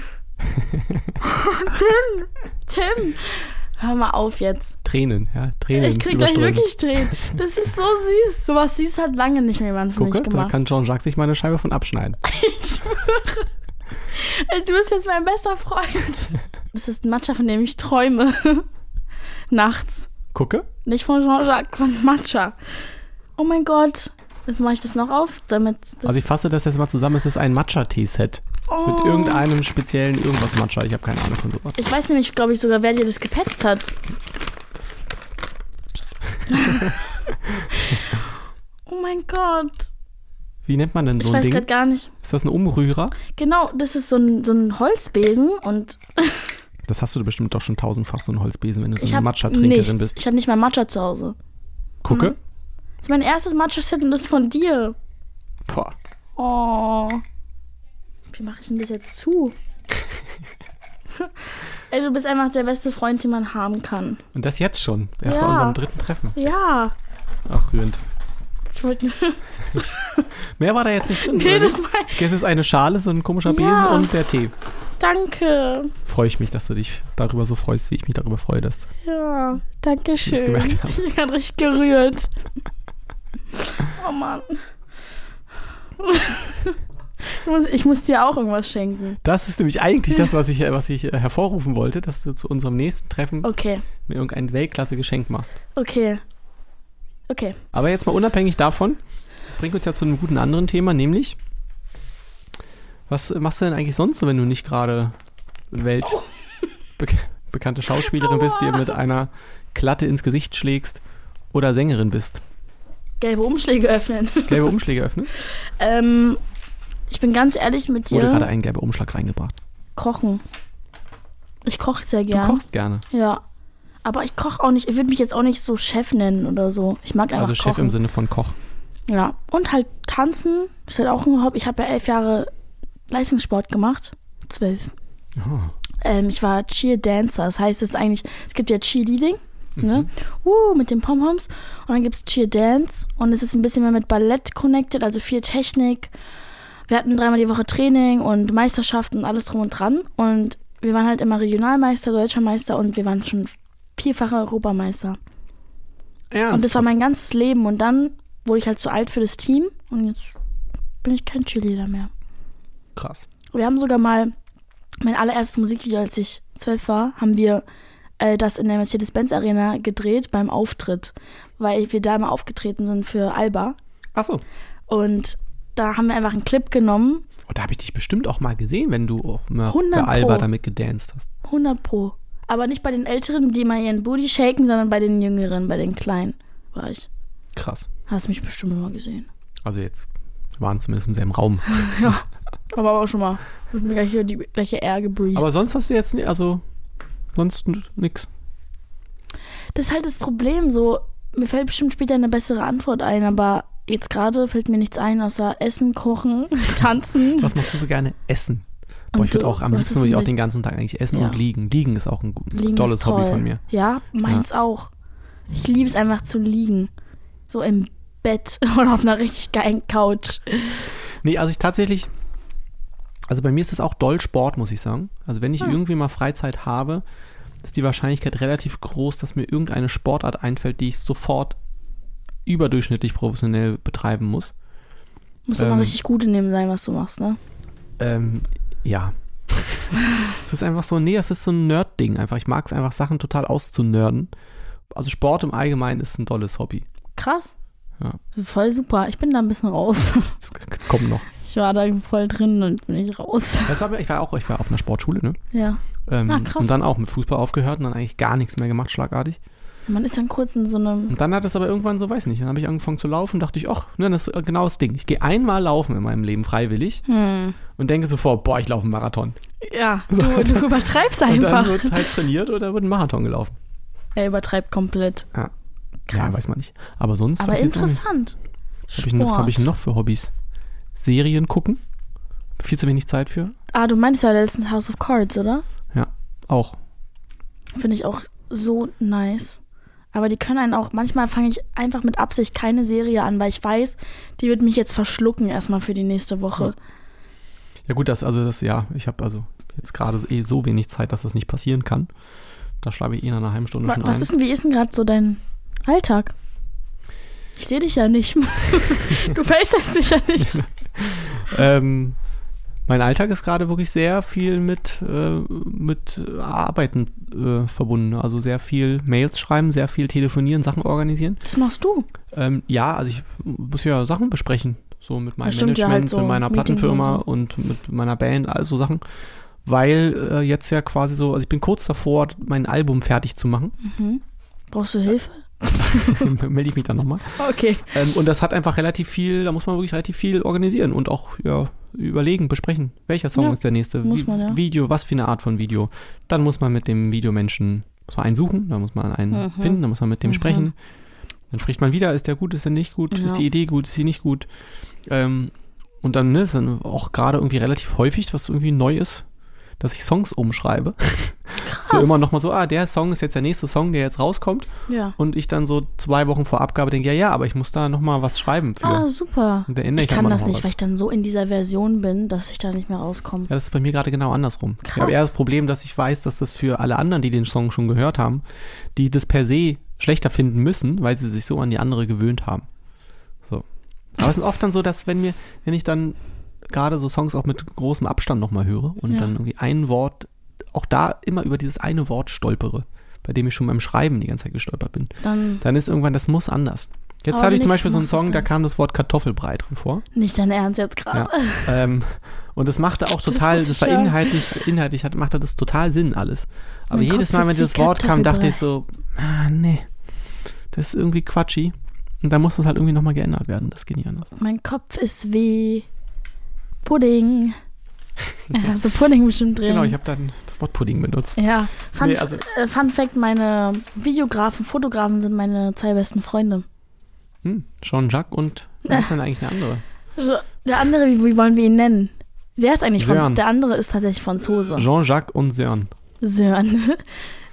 A: Tim! Tim! Hör mal auf jetzt.
B: Tränen, ja, Tränen.
A: Ich krieg gleich
B: überströmen.
A: wirklich Tränen. Das ist so süß. Sowas süß hat lange nicht mehr jemand für
B: Gucke,
A: mich
B: da
A: gemacht.
B: kann Jean-Jacques sich mal eine Scheibe von abschneiden.
A: Ich schwöre. Ey, Du bist jetzt mein bester Freund. Das ist ein Matcha, von dem ich träume. *laughs* Nachts.
B: Gucke,
A: Nicht von Jean-Jacques, von Matcha. Oh mein Gott. Jetzt mache ich das noch auf, damit das.
B: also ich fasse das jetzt mal zusammen. Es ist ein Matcha-Tee-Set mit
A: Oh.
B: irgendeinem speziellen irgendwas Matcha. Ich habe keine Ahnung von sowas.
A: Ich weiß nämlich, glaube ich, sogar, wer dir das gepetzt hat.
B: Das,
A: Oh mein Gott.
B: wie nennt man denn
A: Ich
B: so ein
A: weiß gerade
B: Ding?
A: gar nicht.
B: Ist das ein Umrührer?
A: Genau, das ist so ein, so ein Holzbesen und
B: Das hast du bestimmt doch schon tausendfach so einen Holzbesen, wenn du so
A: ich
B: eine
A: habe
B: Matcha-Trinkerin
A: nichts. Mhm.
B: bist.
A: Ich habe nicht mal Matcha zu Hause.
B: Gucke,
A: Das ist mein erstes Matcha-Set und das ist von dir.
B: boah,
A: Oh. Wie mache ich denn das jetzt
B: *laughs*
A: zu? Ey, du bist einfach der beste Freund, den man haben kann.
B: und das jetzt schon. Erst bei
A: Ja.
B: unserem dritten Treffen.
A: Ja.
B: Ach, rührend.
A: Ich wollte.
B: Mehr war da jetzt nicht drin.
A: nee,
B: oder?
A: das mein.
B: Es ist eine Schale, so ein komischer Besen
A: Ja.
B: und der Tee.
A: *laughs* Danke.
B: Freue ich mich, dass du dich darüber so freust, wie ich mich darüber freue, dass
A: Ja, danke
B: das
A: schön. *laughs*
B: gemerkt
A: Ich bin gerade richtig
B: *laughs*
A: gerührt. Oh Mann. Ich muss, ich muss dir auch irgendwas schenken.
B: Das ist nämlich eigentlich das, was ich, was ich äh, hervorrufen wollte, dass du zu unserem nächsten Treffen
A: Okay,
B: mir irgendein Weltklasse-Geschenk machst.
A: okay. Okay.
B: Aber jetzt mal unabhängig davon, das bringt uns ja zu einem guten anderen Thema, nämlich was äh, machst du denn eigentlich sonst so, wenn du nicht gerade *laughs* weltbekannte Schauspielerin bist, dir mit einer Klatte ins Gesicht schlägst oder Sängerin bist?
A: Gelbe Umschläge öffnen. *laughs*
B: Gelbe Umschläge öffnen?
A: Ähm, ich bin ganz ehrlich mit
B: Wurde gerade
A: dir.
B: ein gelber Umschlag reingebracht.
A: Kochen. Ich koche sehr
B: Du
A: gern.
B: kochst gerne.
A: Ja. Aber ich koche auch nicht. Ich würde mich jetzt auch nicht so Chef nennen oder so. Ich mag einfach
B: Also Chef
A: kochen.
B: im Sinne von Koch.
A: Ja, und halt tanzen ist halt auch ein Hobby. Ich habe ja elf Jahre Leistungssport gemacht. Zwölf.
B: Oh.
A: Ähm, ich war Cheerdancer. Das heißt, es ist eigentlich, es gibt ja Cheerleading Ne? Uh, mit den Pompoms. Und dann gibt es Cheer Dance. Und es ist ein bisschen mehr mit Ballett connected, also viel Technik. Wir hatten dreimal die Woche Training und Meisterschaften und alles drum und dran. Und wir waren halt immer Regionalmeister, Deutscher Meister und wir waren schon vierfache Europameister.
B: Ernst?
A: Und das war mein ganzes Leben. Und dann wurde ich halt zu alt für das Team und jetzt bin ich kein Cheerleader mehr.
B: krass.
A: Wir haben sogar mal mein allererstes Musikvideo, als ich zwölf war, haben wir äh, das in der Mercedes-Benz Arena gedreht beim Auftritt, weil wir da immer aufgetreten sind für Alba.
B: Achso.
A: Und da haben wir einfach einen Clip genommen,
B: Oh, da habe ich dich bestimmt auch mal gesehen, wenn du auch mal
A: 100
B: bei Alba
A: Pro.
B: damit gedanced hast.
A: 100 pro. Aber nicht bei den Älteren, die mal ihren Booty shaken, sondern bei den Jüngeren, bei den Kleinen war ich.
B: Krass.
A: Hast mich bestimmt immer gesehen.
B: Also jetzt wir waren zumindest im selben Raum.
A: Aber auch schon mal. Ich bin gleich hier die gleiche Air gebreathed.
B: Aber sonst hast du jetzt, ni- also, sonst n- nix.
A: Das ist halt das Problem, so, mir fällt bestimmt später eine bessere Antwort ein, aber jetzt gerade fällt mir nichts ein, außer Essen, Kochen, *laughs* Tanzen.
B: Was machst du so gerne? Essen. Boah,
A: Und
B: ich würde
A: du-
B: auch, am
A: was
B: liebsten
A: ist
B: würde ich auch
A: denn
B: den ganzen Tag eigentlich essen
A: Ja.
B: und liegen. Liegen ist auch ein gut,
A: Liegen ist
B: tolles Hobby
A: toll.
B: von mir.
A: Ja, meins auch. Ich liebe es einfach zu liegen. So im Bett *laughs* oder auf einer richtig geilen Couch.
B: Nee, also ich tatsächlich, also bei mir ist es auch doll Sport, muss ich sagen. Also wenn ich
A: Hm.
B: irgendwie mal Freizeit habe, ist die Wahrscheinlichkeit relativ groß, dass mir irgendeine Sportart einfällt, die ich sofort überdurchschnittlich professionell betreiben muss.
A: Muss aber
B: Ähm.
A: richtig gut in dem sein, was du machst, ne?
B: Ähm, ja. es ist einfach so, nee, es ist so ein Nerd-Ding einfach. Ich mag es einfach, Sachen total auszunörden. Also Sport im Allgemeinen ist ein tolles Hobby.
A: Krass.
B: Ja.
A: Voll super. Ich bin da ein bisschen raus. *laughs*
B: Das k- kommt noch.
A: Ich war da voll drin und bin ich raus.
B: Das war, mir- ich war auch, ich war auf einer Sportschule, ne?
A: Ja.
B: Ähm,
A: Ah, krass.
B: Und dann auch mit Fußball aufgehört und dann eigentlich gar nichts mehr gemacht, schlagartig.
A: Man ist dann kurz in so einem.
B: Und dann hat es aber irgendwann so, weiß nicht, dann habe ich angefangen zu laufen, dachte ich, ach, ne, das ist genau das Ding. Ich gehe einmal laufen in meinem Leben freiwillig
A: Hm.
B: und denke sofort, boah, ich laufe einen Marathon. *laughs*
A: Ja, du, du übertreibst
B: Und
A: einfach.
B: dann wird halt trainiert oder wird ein Marathon gelaufen.
A: Er übertreibt komplett.
B: Ja, ja
A: Krass.
B: weiß man nicht. Aber sonst
A: Aber
B: weiß ich jetzt auch nicht.
A: interessant.
B: Was habe ich, noch- was hab ich noch für Hobbys? Serien gucken. Viel zu wenig Zeit für.
A: Ah, du meinst ja letztens House of Cards, oder?
B: Ja, auch.
A: Finde ich auch so nice. Aber die können einen auch, manchmal fange ich einfach mit Absicht keine Serie an, weil ich weiß, die wird mich jetzt verschlucken erstmal für die nächste Woche.
B: Ja gut, das also das ja, ich habe also jetzt gerade eh so wenig Zeit, dass das nicht passieren kann. Da schlafe ich eh nach einer halben Stunde
A: Wa-
B: schon
A: Was
B: ein.
A: ist denn, wie ist denn gerade so dein Alltag? Ich sehe dich ja
B: *laughs*
A: nicht. du facetimest mich ja nicht.
B: Ähm, mein Alltag ist gerade wirklich sehr viel mit, äh, mit Arbeiten äh, verbunden. Also sehr viel Mails schreiben, sehr viel telefonieren, Sachen organisieren.
A: Das machst du.
B: Ähm, ja, also ich muss ja Sachen besprechen. So mit meinem
A: Das stimmt, ja,
B: Management,
A: halt so
B: mit meiner
A: Meetings und
B: Plattenfirma
A: so.
B: und mit meiner Band, all so Sachen. Weil äh, jetzt ja quasi so, also ich bin kurz davor, mein Album fertig zu
A: *laughs*
B: machen.
A: Mhm. Brauchst du
B: *laughs*
A: Hilfe?
B: Melde ich mich dann nochmal.
A: Okay.
B: Ähm, und das hat einfach relativ viel, da muss man wirklich relativ viel organisieren und auch ja, überlegen, besprechen, welcher Song
A: Ja,
B: ist der nächste,
A: muss
B: wie-
A: man, ja.
B: Video, was für eine Art von Video. Dann muss man mit dem Videomenschen, muss man einen suchen, dann muss man einen
A: Mhm.
B: finden, dann muss man mit dem
A: Mhm.
B: sprechen. Dann spricht man wieder, ist der gut, ist der nicht gut,
A: Ja.
B: ist die Idee gut, ist sie nicht gut. Ähm, und dann ne, ist dann auch gerade irgendwie relativ häufig, was irgendwie neu ist, dass ich
A: *laughs*
B: Songs umschreibe.
A: Krass.
B: So immer nochmal so, ah, der Song ist jetzt der nächste Song, der jetzt rauskommt.
A: Ja.
B: Und ich dann so zwei Wochen vor Abgabe denke, ja, ja, aber ich muss da nochmal was schreiben für.
A: Ah, super.
B: Und da ändere
A: Ich
B: ich
A: kann
B: aber
A: das
B: noch mal
A: nicht,
B: was.
A: weil ich dann so in dieser Version bin, dass ich da nicht mehr rauskomme.
B: Ja, das ist bei mir gerade genau andersrum. Ich
A: Krass.
B: habe eher das Problem, dass ich weiß, dass das für alle anderen, die den Song schon gehört haben, die das per se schlechter finden müssen, weil sie sich so an die andere gewöhnt haben. So. Aber es sind oft dann so, dass wenn mir, wenn ich dann gerade so Songs auch mit großem Abstand nochmal höre und
A: Ja.
B: dann irgendwie ein Wort, auch da immer über dieses eine Wort stolpere, bei dem ich schon beim Schreiben die ganze Zeit gestolpert bin,
A: Dann
B: dann ist irgendwann, das muss anders. Jetzt
A: Aber
B: hatte ich zum
A: wenigstens
B: Beispiel so einen
A: machst du's
B: Song, da
A: dann.
B: kam das Wort Kartoffelbrei drin vor.
A: nicht dein Ernst jetzt
B: Ja.
A: gerade.
B: ähm, und das machte auch total,
A: muss ich
B: das, war
A: hören.
B: inhaltlich, inhaltlich hat, machte das total Sinn alles. Aber
A: Mein
B: jedes
A: Kopf
B: Mal,
A: ist
B: wenn
A: wie
B: dieses Wort kam, dachte ich
A: Kartoffelbrei.
B: so, ah nee, das ist irgendwie quatschig. Und da muss das halt irgendwie nochmal geändert werden. Das geht nicht anders.
A: *laughs* Mein Kopf ist wie Pudding. Ja, hast du Pudding bestimmt drin.
B: Genau, ich habe dann das Wort Pudding benutzt.
A: ja, Fun,
B: Nee, also-
A: äh, Fun Fact, meine Videografen, Fotografen sind meine zwei besten Freunde.
B: Hm, Jean-Jacques
A: *laughs*
B: und wer ist denn eigentlich eine andere?
A: So, Der andere, wie, wie wollen wir ihn nennen? Der ist eigentlich
B: Sören.
A: Franz, der andere ist tatsächlich Franzose.
B: Jean-Jacques und Sören.
A: Sören. *laughs*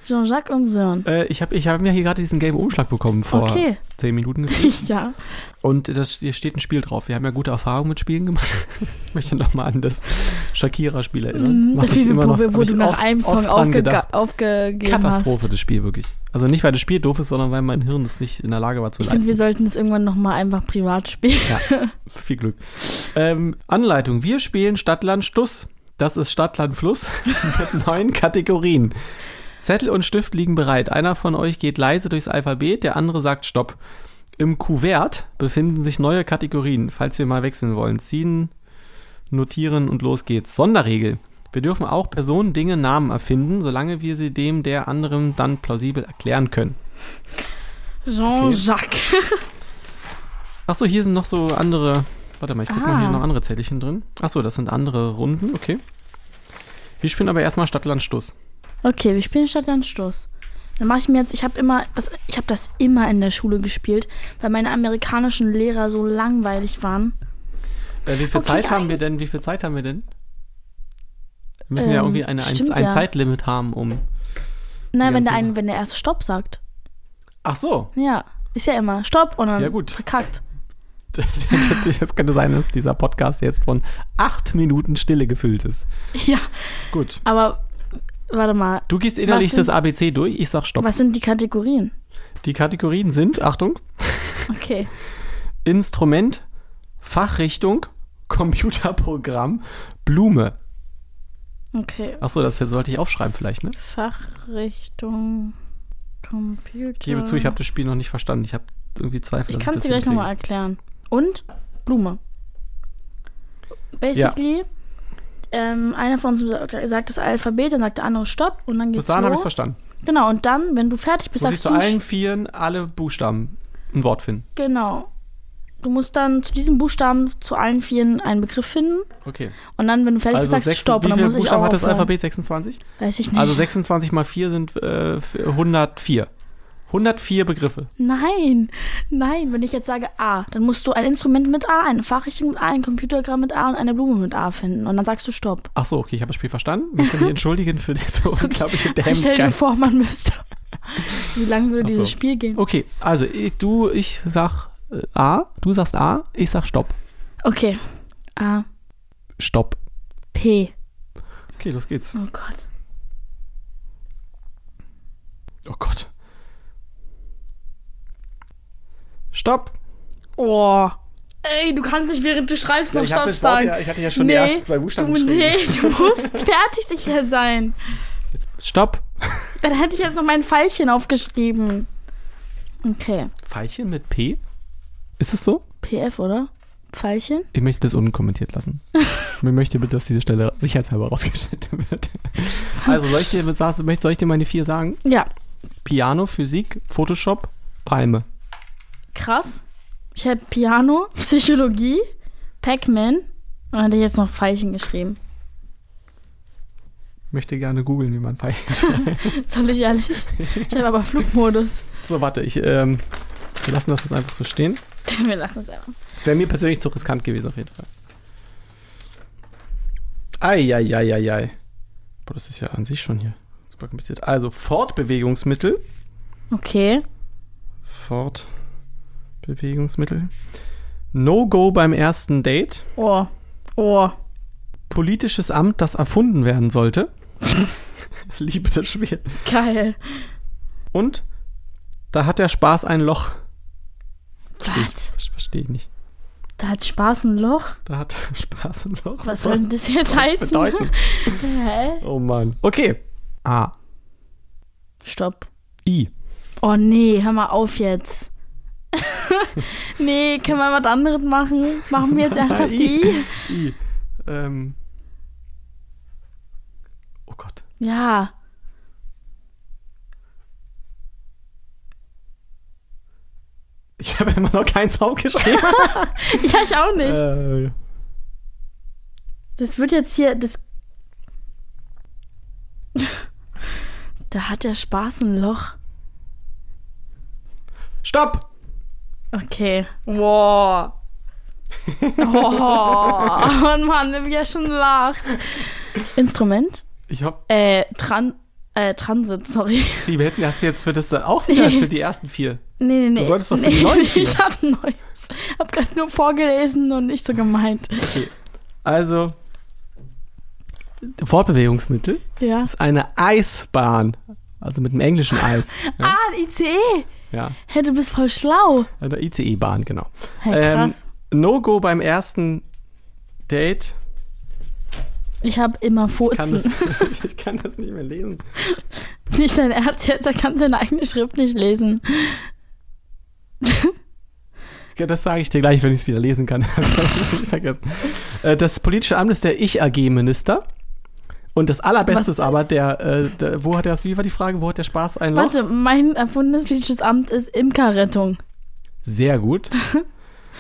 A: Jean-Jacques und Sören.
B: Äh, ich habe ich hab mir hier gerade diesen Game-Umschlag bekommen vor
A: Okay. *laughs*
B: zehn Minuten gefühlt.
A: ja.
B: Und das, hier steht ein Spiel drauf. Wir haben ja gute Erfahrungen mit Spielen gemacht. *laughs* ich möchte nochmal an das Shakira-Spiel erinnern.
A: Mhm,
B: Mach
A: das Spiel, wo,
B: hab
A: wo
B: ich
A: du nach
B: oft-
A: einem Song
B: oft dran
A: aufgega-
B: gedacht.
A: aufgegeben
B: Katastrophe,
A: hast.
B: das Spiel wirklich. Also nicht, weil das Spiel doof ist, sondern weil mein Hirn es nicht in der Lage war zu
A: Ich finde, wir
B: leisten.
A: sollten es irgendwann nochmal einfach privat spielen.
B: *laughs* Viel Glück. Ähm, Anleitung. Wir spielen Stadtland Stuss. Das ist Stadtland Fluss *laughs* mit neun Kategorien. Zettel und Stift liegen bereit. Einer von euch geht leise durchs Alphabet, der andere sagt Stopp. Im Kuvert befinden sich neue Kategorien, falls wir mal wechseln wollen. Ziehen, notieren und los geht's. Sonderregel. Wir dürfen auch Personen, Dinge, Namen erfinden, solange wir sie dem der anderen dann plausibel erklären können.
A: Jean-Jacques.
B: Achso, hier sind noch so andere. Warte mal, ich guck
A: Ah.
B: mal, hier noch andere Zettelchen drin. Achso, das sind andere Runden, okay. Wir spielen aber erstmal Stadtland Stuss.
A: Okay, wir spielen Stadtland Stoß. Dann mache ich mir jetzt, ich habe immer, das, ich habe das immer in der Schule gespielt, weil meine amerikanischen Lehrer so langweilig waren.
B: Äh, wie viel
A: Okay,
B: Zeit haben wir
A: eigentlich-
B: denn? Wie viel Zeit haben wir denn? Wir müssen ja
A: Ähm,
B: irgendwie eine, ein,
A: stimmt,
B: ein
A: ja.
B: Zeitlimit haben, um.
A: Nein, wenn der,
B: ganze-
A: einen, wenn der erste Stopp sagt.
B: Ach so, *laughs*
A: Ja, ist ja immer Stopp und dann
B: Ja, gut.
A: verkackt. *laughs*
B: das könnte sein, dass dieser Podcast jetzt von acht Minuten Stille gefüllt ist.
A: Ja,
B: Gut.
A: aber warte mal,
B: Du gehst innerlich
A: sind-
B: das ABC durch, ich sag Stopp.
A: was sind die Kategorien?
B: Die Kategorien sind, Achtung,
A: Okay.
B: Instrument, Fachrichtung, Computerprogramm, Blume.
A: Okay,
B: Achso, das hier sollte ich aufschreiben vielleicht, ne?
A: Fachrichtung Computer.
B: Ich gebe zu, ich habe das Spiel noch nicht verstanden. Ich habe irgendwie Zweifel,
A: Ich
B: dass
A: kann es
B: das
A: dir gleich
B: hinkriege.
A: nochmal erklären. Und Blume. Basically, ähm, einer von uns sa- sagt das Alphabet, dann sagt der andere Stopp und dann
B: Bis
A: geht's
B: dahin habe ich
A: los.
B: es verstanden.
A: Genau, und dann, wenn du fertig bist,
B: Muss ich
A: sagst
B: zu
A: du
B: allen
A: Sch-
B: Vieren alle Buchstaben ein Wort finden.
A: Genau. Du musst dann zu diesem Buchstaben zu allen Vieren einen Begriff finden
B: Okay.
A: und dann, wenn du fertig bist, sagst du Stopp
B: Also wie
A: und dann
B: viele
A: muss ich
B: Buchstaben
A: auch
B: hat das
A: aufhören.
B: Alphabet? 26?
A: Weiß ich nicht.
B: Also 26 mal 4 sind äh, 104. 104 Begriffe.
A: Nein, nein, wenn ich jetzt sage A, dann musst du ein Instrument mit A, eine Fachrichtung mit A, ein Computergramm mit A und eine Blume mit A finden. Und dann sagst du Stopp.
B: Ach so, okay, ich habe das Spiel verstanden. Ich
A: *laughs*
B: kann mich entschuldigen für diese
A: okay.
B: unglaubliche
A: Stell dir
B: Dämlichkeit.
A: vor, man müsste. Wie lange würde
B: Ach so.
A: dieses Spiel gehen?
B: Okay, also ich, du, ich sag äh, A, du sagst A, ich sag Stopp.
A: Okay. A,
B: Stopp.
A: P.
B: Okay, los geht's.
A: Oh Gott.
B: Oh Gott. Stopp!
A: Oh. Ey, du kannst nicht, während du schreibst, noch
B: ich,
A: Stopp sagen.
B: ja, ich hatte ja schon die ersten zwei Buchstaben
A: du,
B: geschrieben.
A: nee, *laughs* du musst fertig sicher sein.
B: Jetzt, stopp!
A: Dann hätte ich jetzt noch mein Pfeilchen aufgeschrieben. Okay.
B: Pfeilchen mit P? Ist es so?
A: PF, oder? Pfeilchen?
B: Ich möchte das unkommentiert lassen. ich möchte bitte, dass diese Stelle sicherheitshalber rausgeschnitten wird. Also, soll ich dir, mit- sagst du, möchtest- soll ich dir meine vier sagen?
A: Ja.
B: Piano, Physik, Photoshop, Palme.
A: Krass. Ich habe Piano, Psychologie, Pac-Man. Und dann hatte ich jetzt noch Pfeilchen geschrieben. *laughs*
B: Ich möchte gerne googeln, wie man *laughs* Pfeilchen
A: Soll ich ehrlich? Ich habe aber Flugmodus. *laughs*
B: So, warte, ich, ähm, wir lassen das jetzt einfach so stehen.
A: Wir lassen es einfach.
B: Das wäre mir persönlich zu riskant gewesen, auf jeden Fall. Eieieiei. Boah, das ist ja an sich schon hier super kompliziert. Also, Fortbewegungsmittel.
A: Okay.
B: Fortbewegungsmittel. No-Go beim ersten Date.
A: Oh. Oh.
B: Politisches Amt, das erfunden werden sollte. *laughs* Liebe das Spiel.
A: Geil.
B: Und da hat der Spaß ein Loch.
A: Was?
B: Verstehe ich nicht.
A: Da hat Spaß ein Loch?
B: Da hat Spaß ein Loch.
A: Was soll denn das jetzt
B: *laughs* das
A: heißen? *laughs*
B: bedeuten?
A: Hä?
B: Oh Mann. Okay. A.
A: Stopp.
B: I.
A: Oh nee, hör mal auf jetzt. *laughs* nee, können wir was anderes machen? Machen *laughs* wir jetzt ernsthaft die? I?
B: I. Ähm. Oh Gott.
A: Ja. *laughs*
B: Ich habe immer noch keinen Sound geschrieben.
A: Ja, ich auch nicht.
B: äh,
A: Das wird jetzt hier. *laughs* Das da hat der Spaß ein Loch.
B: stopp!
A: Okay. Wow. *laughs* Oh, und Mann, wie er schon lacht. Instrument?
B: Ich hab.
A: Äh, Tran Äh, Transit, sorry.
B: Wie, wir hätten das jetzt für das äh, auch wieder für die ersten vier.
A: Nee, nee, nee.
B: Du solltest doch für
A: nee,
B: die neuen
A: *laughs*
B: vier.
A: Ich hab Neues. Hab gerade nur vorgelesen und nicht so gemeint.
B: Okay. Also, Fortbewegungsmittel
A: Ja.
B: ist eine Eisbahn. Also mit dem englischen Eis. Ja.
A: Ah, ein ICE.
B: ja.
A: Hey, du bist voll schlau.
B: Eine ICE-Bahn, genau.
A: Hey, krass.
B: Ähm, No-Go beim ersten Date.
A: Ich hab immer
B: Ich kann, das, *laughs*
A: Furzen.
B: ich kann das nicht mehr lesen.
A: *laughs* Nicht dein Ernst jetzt, er kann seine eigene Schrift nicht lesen.
B: Ja, Das sage ich dir gleich, wenn ich es wieder lesen kann. *laughs* Das hab ich nicht vergessen. Äh, Das politische Amt ist der Ich-AG-Minister. Und das Allerbeste
A: Was?
B: ist aber, der, äh, der, wo hat der, wie war die Frage, wo hat der Spaß ein Loch?
A: Warte, mein erfundenes politisches Amt ist Imkerrettung. *laughs*
B: Sehr gut.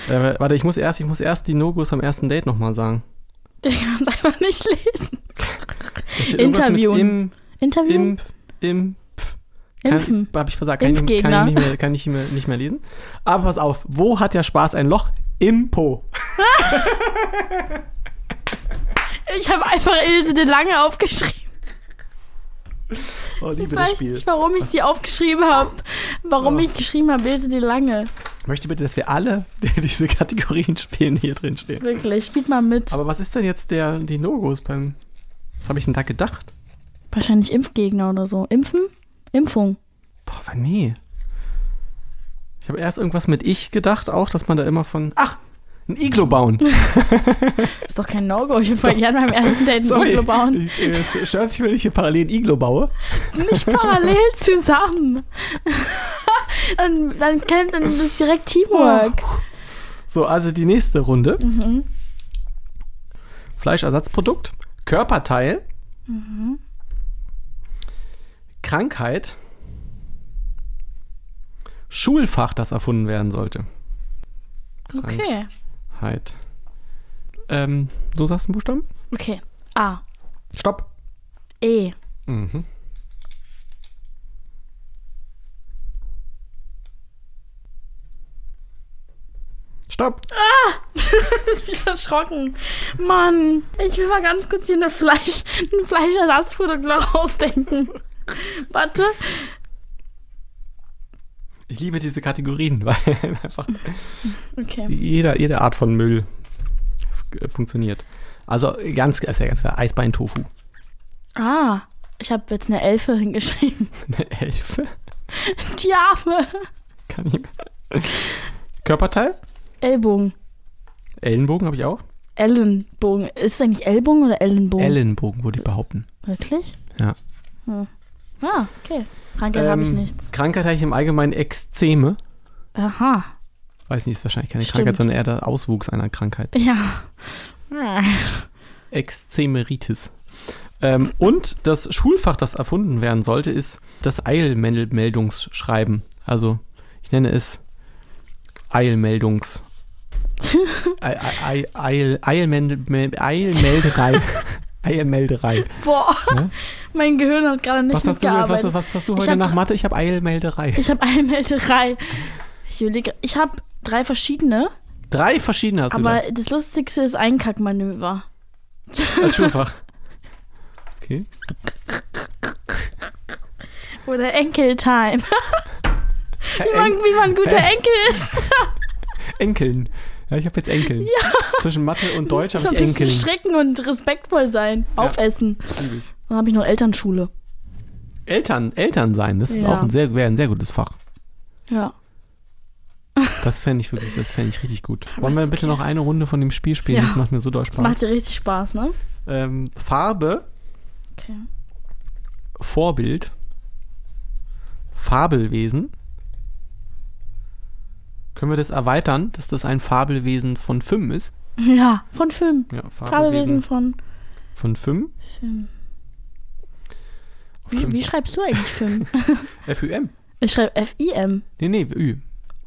B: äh, warte, ich muss erst, ich muss erst die No-Gos am ersten Date nochmal sagen.
A: Der kann es einfach nicht lesen.
B: Ich- irgendwas mit
A: Interviewen.
B: Im,
A: Interviewen?
B: im, im, pf.
A: Impfen.
B: Kann, hab ich versagt. Kann ich, nicht-
A: Impfgegner.
B: kann ich, nicht, mehr, kann ich nicht, mehr, nicht mehr lesen. Aber pass auf, wo hat der Spaß ein Loch? Im Po.
A: Ich habe einfach Ilse de Lange aufgeschrieben.
B: Oh,
A: Ich
B: liebe das
A: weiß
B: Spiel.
A: nicht, warum ich sie aufgeschrieben habe. Warum ich geschrieben habe, Ilse de Lange.
B: Ich möchte bitte, dass wir alle diese Kategorien spielen, die hier drin stehen.
A: Wirklich, spielt mal mit.
B: Aber was ist denn jetzt der, die No-Gos beim. Was habe ich denn da gedacht?
A: Wahrscheinlich Impfgegner oder so. Impfen? Impfung.
B: Boah, aber nee. Ich habe erst irgendwas mit Ich gedacht, auch, dass man da immer von. Ach! Ein Iglo
A: *laughs*
B: bauen.
A: Ist doch kein No-Go. Ich würde voll gerne beim ersten Date ein
B: Sorry.
A: Iglo bauen.
B: Ich- äh, Es stört sich, wenn ich hier parallel ein Iglo baue.
A: Nicht parallel zusammen. *laughs* dann, dann, kann, dann ist das direkt Teamwork.
B: So, also die nächste Runde.
A: Mhm.
B: Fleischersatzprodukt, Körperteil,
A: Mhm.
B: Krankheit, Schulfach, das erfunden werden sollte.
A: Okay.
B: Krankheit. Ähm, du sagst einen Buchstaben?
A: Okay. A.
B: Stopp.
A: E.
B: Mhm. Stopp.
A: mich erschrocken. Mann, ich will mal ganz kurz hier eine Fleisch, ein Fleischersatzprodukt noch ausdenken. Warte.
B: Ich liebe diese Kategorien, *laughs* weil einfach
A: Okay.
B: jeder, jede Art von Müll f- äh, funktioniert. Also ganz, ist ja ganz klar, Eisbein-Tofu.
A: Ah, ich habe jetzt eine Elfe hingeschrieben. *laughs*
B: Eine Elfe?
A: Die Arme.
B: *laughs* Kann ich. Körperteil?
A: Ellbogen.
B: Ellenbogen habe ich auch.
A: Ellenbogen. Ist es eigentlich Ellbogen oder Ellenbogen?
B: Ellenbogen würde ich behaupten.
A: Wirklich?
B: Ja.
A: Hm. Ah, okay. Krankheit habe ich
B: Ähm,
A: nichts.
B: Krankheit habe ich im Allgemeinen Exzeme.
A: Aha.
B: Weiß nicht, ist wahrscheinlich keine
A: Stimmt.
B: Krankheit, sondern eher der Auswuchs einer Krankheit.
A: Ja.
B: Exzemeritis. Ähm, und das Schulfach, das erfunden werden sollte, ist das Eilmeldungsschreiben. Also, ich nenne es *laughs* Eilmeldungs. Eil, Eil, Eil, Eilmeld, Eilmelderei. *laughs* Eilmelderei.
A: Boah,
B: Ja?
A: mein Gehirn hat gerade nicht
B: Was hast, du, jetzt- was,
A: mitgearbeitet.
B: was hast du
A: Ich
B: heute
A: hab
B: nach
A: dr-
B: Mathe? Ich habe Eilmelderei.
A: Ich habe Eilmelderei. Ich überlege, ich habe drei verschiedene.
B: Drei verschiedene hast du
A: Aber das Lustigste ist Einkackmanöver. *laughs*
B: da, als Schulfach. Okay.
A: Oder Enkeltime. *laughs*
B: Äh,
A: wie, man, wie man ein guter
B: Hä?
A: Enkel ist.
B: Enkeln. Ja, ich habe jetzt Enkeln. Zwischen Mathe und Deutsch
A: Ich
B: habe
A: ein
B: ich
A: bisschen
B: Enkeln.
A: strecken und respektvoll sein. Aufessen.
B: Lieb ich.
A: Dann habe ich noch Elternschule.
B: Eltern, Eltern sein, das ist
A: Ja.
B: auch ein sehr, wäre ein sehr gutes Fach.
A: Ja.
B: Das fände ich wirklich, das fände ich richtig gut.
A: Aber
B: Wollen wir
A: ist
B: bitte
A: okay.
B: noch eine Runde von dem Spiel spielen?
A: Ja.
B: Das macht mir so doll
A: Das
B: Spaß.
A: macht dir richtig Spaß, ne?
B: Ähm, Farbe,
A: Okay.
B: Vorbild, Fabelwesen. Können wir das erweitern, dass das ein Fabelwesen von Fim ist?
A: Ja, von Film.
B: Ja,
A: Fabelwesen von
B: von Fim.
A: Film. Wie,
B: Film.
A: wie schreibst du eigentlich Film?
B: F-U-M.
A: *laughs* ich schreibe F-I-M.
B: Nee, nee, Ü.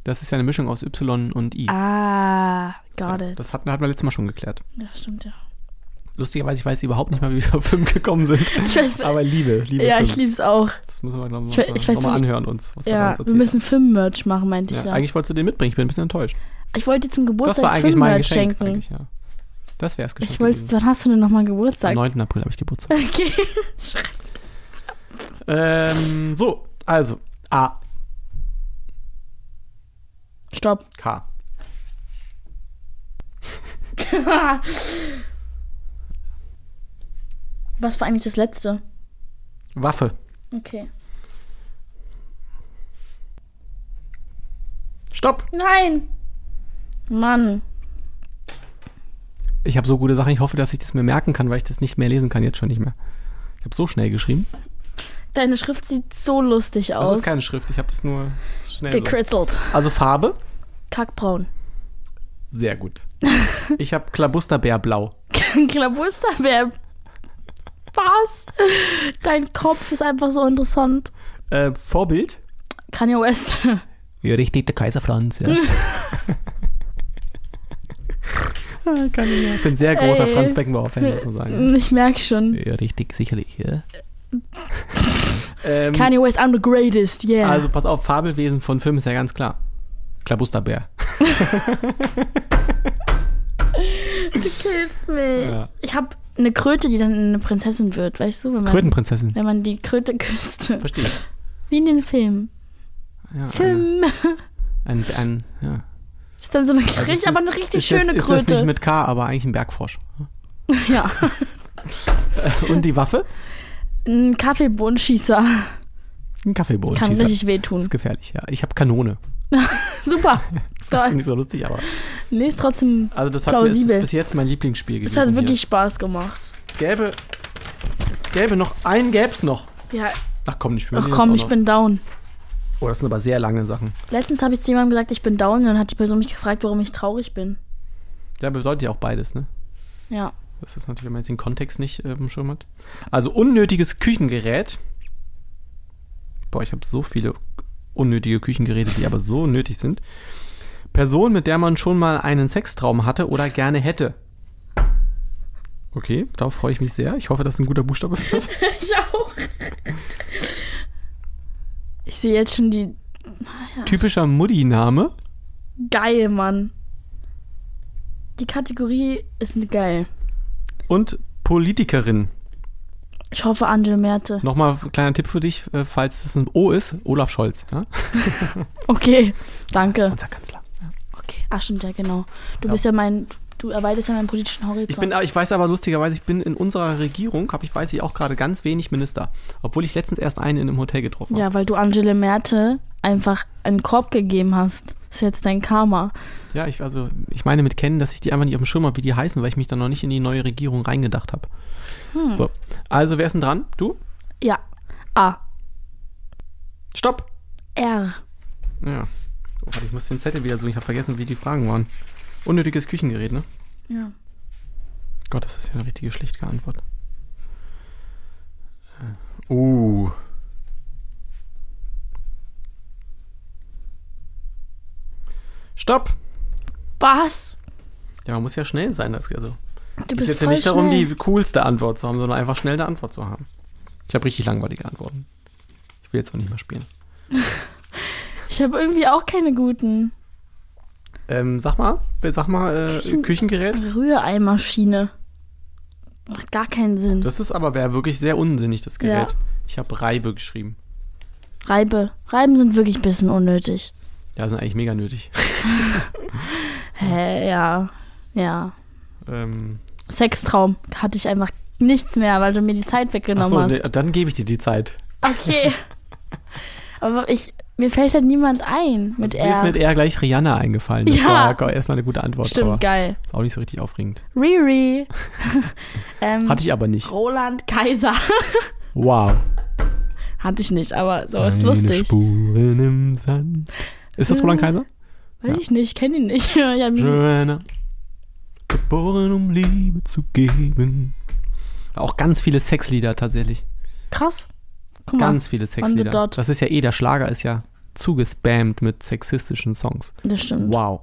B: Das ist ja eine Mischung aus Y und I.
A: Ah, got it.
B: Das hatten, hatten wir letztes Mal schon geklärt.
A: Ja, stimmt,
B: *laughs*
A: ja.
B: Lustigerweise, ich weiß überhaupt nicht mal, wie wir auf Film
A: *laughs*
B: gekommen sind.
A: Ich weiß,
B: Aber Liebe, Liebe
A: ja,
B: Film.
A: ich liebe es auch.
B: Das müssen wir, glaube
A: Ich
B: ich,
A: we-
B: nochmal
A: ich weiß,
B: noch mal
A: wie-
B: anhören uns, was wir da
A: Ja,
B: uns
A: wir
B: erzählt
A: müssen Film-Merch machen, meinte ich
B: haben. Ja,
A: ja.
B: Eigentlich wolltest du den mitbringen, ich bin ein bisschen enttäuscht.
A: Ich wollte dir zum
B: Das war
A: Geburtstag
B: eigentlich mein
A: Film-Merch
B: Geschenk.
A: schenken.
B: Eigentlich, ja. Das wäre es
A: Ich
B: Geschenk.
A: wollte, *laughs*
B: gewesen.
A: wann hast du denn nochmal
B: Am
A: Geburtstag?
B: 9. April habe ich Geburtstag.
A: Okay.
B: Ähm, so, also A,
A: Stopp.
B: K.
A: Was war eigentlich das letzte?
B: Waffe.
A: Okay.
B: Stopp.
A: Nein! Mann.
B: Ich habe so gute Sachen. Ich hoffe, dass ich das mir merken kann, weil ich das nicht mehr lesen kann. Jetzt schon nicht mehr. Ich habe so schnell geschrieben.
A: Deine Schrift sieht so lustig aus.
B: Das ist keine Schrift. Ich habe das nur schnell so.
A: Gekritzelt.
B: Also Farbe.
A: Kackbraun. *laughs*
B: Sehr gut. *laughs* Ich habe Klabusterbärblau.
A: Klabusterbeer. Was? Dein Kopf ist einfach so interessant.
B: Äh, Vorbild.
A: Kanye West. *laughs*
B: Ja, richtig, der Kaiser Franz, *laughs* ja. Ich bin sehr großer
A: Ey.
B: Franz Beckenbauer-Fan, muss man sagen.
A: Ich merke schon.
B: Ja, richtig, sicherlich, ja. ähm,
A: Kanye West, I'm the greatest, yeah.
B: also pass auf, Fabelwesen von Film ist ja ganz klar. Klabusterbär.
A: du killst mich.
B: Ja.
A: Ich habe eine Kröte, die dann eine Prinzessin wird, weißt du? Wenn man,
B: Krötenprinzessin.
A: Wenn man die Kröte küsst.
B: Verstehe ich.
A: Wie in den Filmen.
B: Ah, Ja,
A: Film.
B: Ein, ein, ein, ja.
A: *laughs* Ist dann so eine,
B: Also
A: richtig,
B: es
A: aber
B: ist-
A: eine richtig
B: ist
A: schöne
B: jetzt, Ist jetzt
A: Kröte.
B: nicht mit K, aber eigentlich ein Bergfrosch.
A: ja.
B: *laughs* Und die Waffe?
A: Ein Kaffeebohnenschießer.
B: Ein Kaffeebohnen.
A: Kann
B: Schießer.
A: richtig wehtun.
B: Ist gefährlich, ja. Ich habe Kanone. *laughs*
A: Super.
B: Das finde
A: Toll.
B: ich so lustig, aber.
A: Nee, ist trotzdem.
B: Also, das hat mir, es ist
A: Plausibel.
B: bis jetzt mein Lieblingsspiel
A: Es
B: gewesen.
A: hat wirklich Spaß gemacht.
B: Hier. Es gäbe, gäbe noch einen, gäb's noch.
A: Ja,
B: Ach komm, ich bin
A: ach komm, ich bin down.
B: Oh, das sind aber sehr lange Sachen.
A: Letztens habe ich zu jemandem gesagt, ich bin down, und dann hat die Person mich gefragt, warum ich traurig bin.
B: Ja, bedeutet ja auch beides, ne?
A: Ja.
B: Das ist natürlich, wenn man jetzt den Kontext nicht äh, auf dem Schirm hat. Also unnötiges Küchengerät. Boah, ich habe so viele unnötige Küchengeräte, die aber so nötig sind. Person, mit der man schon mal einen Sextraum hatte oder gerne hätte. Okay, darauf freue ich mich sehr. Ich hoffe, das ist ein guter Buchstabe für das.
A: Ich auch. Ich sehe jetzt schon die.
B: Typischer Mutti-Name.
A: Geil, Mann. Die Kategorie ist geil.
B: Und Politikerin.
A: Ich hoffe, Angel Merte.
B: Nochmal ein kleiner Tipp für dich, äh, falls es ein O ist, Olaf Scholz. Ja?
A: Okay, danke.
B: Unser Kanzler.
A: Okay, ach stimmt, ja, genau. Du
B: Ja.
A: bist ja mein. Du erweiterst ja meinen politischen Horizont.
B: Ich bin, ich weiß aber lustigerweise, ich bin in unserer Regierung, hab ich weiß ich auch gerade ganz wenig Minister, obwohl ich letztens erst einen in einem Hotel getroffen habe.
A: ja, weil du Angela Merte einfach einen Korb gegeben hast. Das ist jetzt dein Karma.
B: Ja, ich also ich meine mit kennen, dass ich die einfach nicht auf dem Schirm habe, wie die heißen, weil ich mich dann noch nicht in die neue Regierung reingedacht habe. So, also wer ist denn dran? Du?
A: Ja. A.
B: Stopp.
A: R.
B: Ja. Oh, warte, ich muss den Zettel wieder suchen. Ich habe vergessen, wie die Fragen waren. Unnötiges Küchengerät, ne?
A: Ja.
B: Gott, das ist ja eine richtige schlichte Antwort. Äh, Uh. Stopp!
A: Was?
B: Ja, man muss ja schnell sein. Das, also,
A: Du
B: es geht
A: bist
B: jetzt ja
A: voll
B: nicht
A: schnell.
B: darum, die coolste Antwort zu haben, sondern einfach schnell eine Antwort zu haben. Ich habe richtig langweilige Antworten. Ich will jetzt auch nicht mehr spielen.
A: ich habe irgendwie auch keine guten.
B: Ähm, sag mal, sag mal, äh,
A: Küchen-
B: Küchengerät.
A: Rühreimaschine. Macht gar keinen Sinn.
B: Das ist aber wäre wirklich sehr unsinnig, das Gerät.
A: Ja.
B: Ich habe Reibe geschrieben.
A: Reibe. Reiben sind wirklich ein bisschen unnötig.
B: Ja, sind eigentlich mega nötig.
A: Hä, ja. Ja.
B: ähm,
A: Sextraum hatte ich einfach nichts mehr, weil du mir die Zeit
B: ach
A: weggenommen
B: so,
A: hast.
B: ne, dann gebe ich dir die Zeit. *laughs*
A: Okay. Aber ich, mir fällt halt niemand ein mit
B: Also Mir ist
A: R.
B: mit R gleich Rihanna eingefallen. Das
A: Ja.
B: war gar- erstmal eine gute Antwort. aber
A: Stimmt, geil.
B: Ist auch nicht so richtig aufregend. *laughs*
A: Riri. ähm,
B: Hatte ich aber nicht.
A: Roland Kaiser. *laughs*
B: Wow.
A: Hatte ich nicht, aber so ist lustig.
B: Spuren im Sand. Ist das Roland Kaiser?
A: Weiß ich nicht, kenne ihn nicht. *laughs* ich hab mich so-
B: Joanna. Geboren, um Liebe zu geben. Auch ganz viele Sexlieder tatsächlich.
A: krass. Guck mal,
B: Ganz viele Sexlieder.
A: dot.
B: Das ist ja eh, der Schlager ist ja zugespammt mit sexistischen Songs.
A: das stimmt.
B: Wow.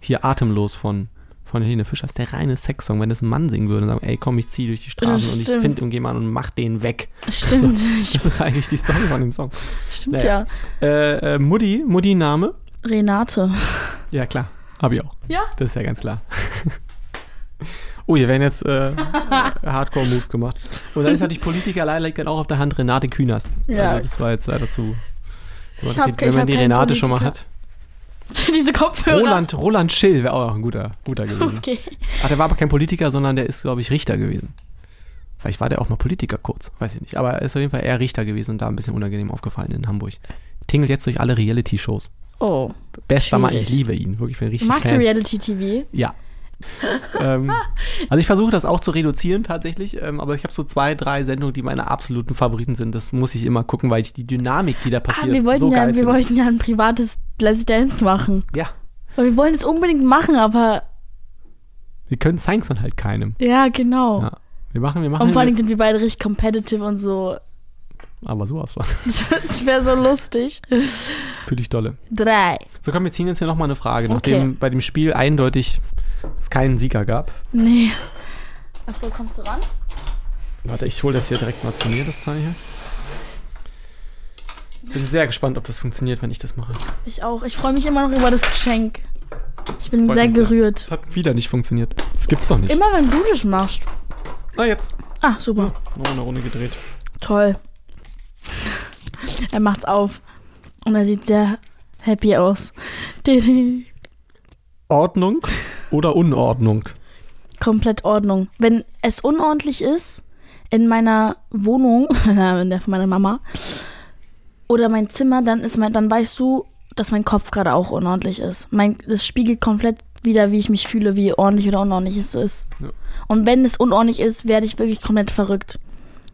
B: Hier atemlos von, von Helene Fischer. Das ist der reine Sexsong. Wenn das ein Mann singen würde und sagen, ey komm, ich zieh durch die Straßen
A: Das
B: und ich
A: stimmt.
B: finde irgendjemanden und mach den weg.
A: *laughs*
B: *laughs*
A: Stimmt, ich,
B: Das ist eigentlich die Story von dem Song.
A: stimmt
B: Naja.
A: ja.
B: Äh, äh, Mutti, Mutti-Name?
A: Renate. *laughs*
B: Ja, klar. *laughs* Hab ich auch.
A: Ja?
B: Das ist ja ganz klar. Oh, hier werden
A: *laughs*
B: jetzt äh, Hardcore-Moves gemacht. Und dann ist natürlich Politiker leider liegt dann auch auf der Hand Renate Künast.
A: Ja.
B: Also das war jetzt leider zu. Wenn
A: Ich
B: man,
A: hab-
B: die, wenn
A: ich
B: man
A: hab
B: die
A: keinen
B: Renate schon mal
A: Politiker.
B: hat.
A: Diese Kopfhörer.
B: Roland, Roland Schill wäre auch ein guter, guter gewesen.
A: Okay.
B: Ach, der war aber kein Politiker, sondern der ist, glaube ich, Richter gewesen. Vielleicht war der auch mal Politiker kurz, weiß ich nicht. Aber er ist auf jeden Fall eher Richter gewesen und da ein bisschen unangenehm aufgefallen in Hamburg. Tingelt jetzt durch alle Reality-Shows.
A: Oh.
B: Bester Mann, ich
A: Schwierig.
B: liebe ihn. Wirklich, ich bin richtig
A: Magst du
B: Fan.
A: Reality-TV?
B: Ja. ähm, also ich versuche das auch zu reduzieren tatsächlich, ähm, aber ich habe so zwei, drei Sendungen, die meine absoluten Favoriten sind. Das muss ich immer gucken, weil ich die Dynamik, die da
A: Ah,
B: passiert,
A: wir wollten,
B: so geil
A: ja, wir
B: finde.
A: wollten ja ein privates Let's Dance machen.
B: Ja,
A: Und wir wollen es unbedingt machen, aber
B: wir können zeigen's dann halt keinem.
A: ja, genau.
B: Ja. Wir machen, wir machen,
A: Und vor allen Dingen sind wir beide richtig competitive und so. *laughs*
B: aber sowas war.
A: Das wäre so lustig.
B: *laughs* Fühl dich dolle.
A: Drei.
B: So komm, wir ziehen jetzt hier nochmal eine Frage, nachdem
A: Okay.
B: bei dem Spiel eindeutig es keinen Sieger gab.
A: Nee. Achso, kommst du ran?
B: Warte, ich hole das hier direkt mal zu mir, das Teil hier. Bin sehr gespannt, ob das funktioniert, wenn ich das mache.
A: Ich auch. Ich freue mich immer noch über das Geschenk. Ich bin
B: freut
A: sehr
B: mich sehr.
A: gerührt.
B: Das hat wieder nicht funktioniert. Das gibt's doch nicht.
A: Immer wenn du das machst.
B: Na jetzt.
A: Ah, super.
B: Nochmal eine Runde gedreht.
A: Toll. er macht's auf. Und er sieht sehr happy aus. Didi.
B: Ordnung oder Unordnung?
A: Komplett Ordnung. Wenn es unordentlich ist, in meiner Wohnung, *laughs* in der von meiner Mama, oder mein Zimmer, dann ist mein, dann weißt du, dass mein Kopf gerade auch unordentlich ist. Mein, das spiegelt komplett wieder, wie ich mich fühle, wie ordentlich oder unordentlich es ist.
B: Ja.
A: Und wenn es unordentlich ist, werde ich wirklich komplett verrückt.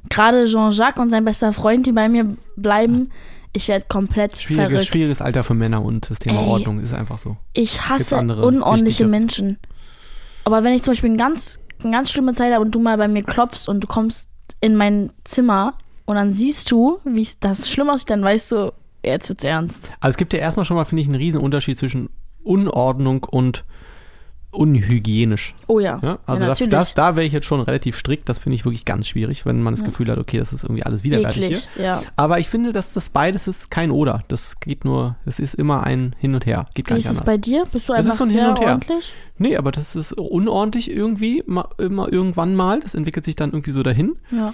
A: Gerade Jean-Jacques und sein bester Freund, die bei mir bleiben, ich werde komplett
B: Schwieriges,
A: verrückt.
B: schwieriges Alter für Männer und das Thema
A: Ey.
B: Ordnung ist einfach so.
A: Ich hasse
B: andere,
A: unordentliche
B: wichtigeres?
A: Menschen. Aber wenn ich zum Beispiel eine ganz, eine ganz schlimme Zeit habe und du mal bei mir klopfst und du kommst in mein Zimmer und dann siehst du, wie es- das schlimm aussieht, dann weißt du, jetzt wird's ernst.
B: Also es gibt ja erstmal schon mal, finde ich, einen riesen Unterschied zwischen Unordnung und unhygienisch.
A: Oh ja.
B: Ja? Also
A: ja,
B: das, das, da wäre ich jetzt schon relativ strikt. Das finde ich wirklich ganz schwierig, wenn man das Gefühl hat, okay, das ist irgendwie alles widerwärtig hier.
A: eklig. Ja.
B: Aber ich finde, dass das beides ist kein Oder. Das geht nur, es ist immer ein Hin und Her. Geht
A: Wie
B: gar
A: ist
B: nicht
A: es
B: anders.
A: bei dir? Bist du
B: Das
A: einfach
B: ist so ein Hin
A: sehr
B: und Her.
A: ordentlich?
B: Nee, aber das ist unordentlich irgendwie, ma- immer irgendwann mal. Das entwickelt sich dann irgendwie so dahin.
A: Ja.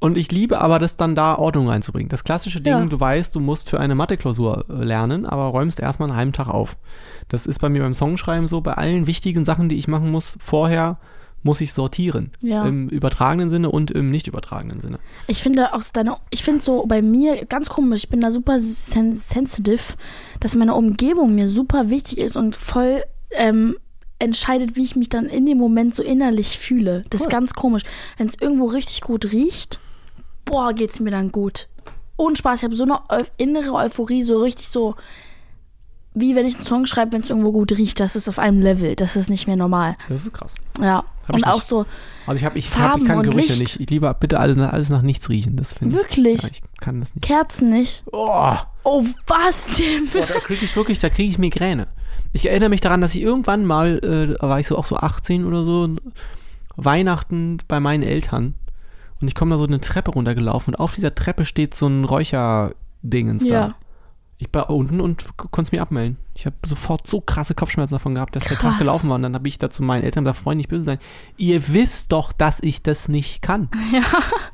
B: Und ich liebe aber das dann da Ordnung reinzubringen. Das klassische Ding,
A: Ja.
B: du weißt, du musst für eine Mathe-Klausur äh, lernen, aber räumst erstmal einen halben Tag auf. Das ist bei mir beim Songschreiben so, bei allen wichtigen Sachen, die ich machen muss, vorher muss ich sortieren.
A: Ja.
B: Im übertragenen Sinne und im nicht übertragenen Sinne.
A: Ich finde auch so deine, ich finde so bei mir ganz komisch, ich bin da super sen sensitive, dass meine Umgebung mir super wichtig ist und voll ähm, entscheidet, wie ich mich dann in dem Moment so innerlich fühle. Das ist
B: Voll.
A: ganz komisch. Wenn es irgendwo richtig gut riecht, boah, geht's mir dann gut. Ohne Spaß, ich habe so eine Eu innere Euphorie, so richtig so, wie wenn ich einen Song schreibe, wenn es irgendwo gut riecht, das ist auf einem Level, das ist nicht mehr normal.
B: Das ist krass.
A: Ja.
B: ich
A: und auch
B: nicht.
A: so,
B: Also ich habe, ich, hab,
A: Farben
B: ich kann
A: und
B: Gerüche
A: Licht.
B: nicht. Ich liebe bitte alles, alles nach nichts riechen. Das finde ich.
A: Wirklich?
B: Ja, ich kann das nicht.
A: Kerzen nicht.
B: Oh,
A: Oh, was, Tim?
B: Boah, da kriege ich wirklich, da kriege ich Migräne. Ich erinnere mich daran, dass ich irgendwann mal, äh, da war ich so auch so 18 oder so, Weihnachten bei meinen Eltern und ich komme da so eine Treppe runtergelaufen und auf dieser Treppe steht so ein Räucherdingens
A: Ja.
B: da. Ich war unten und k- konnte es mir abmelden. Ich habe sofort so krasse Kopfschmerzen davon gehabt, dass der
A: Krass.
B: Tag gelaufen war. Und dann habe ich da zu meinen Eltern gesagt, Freunde, nicht böse sein. Ihr wisst doch, dass ich das nicht
A: *laughs*
B: kann. Ja.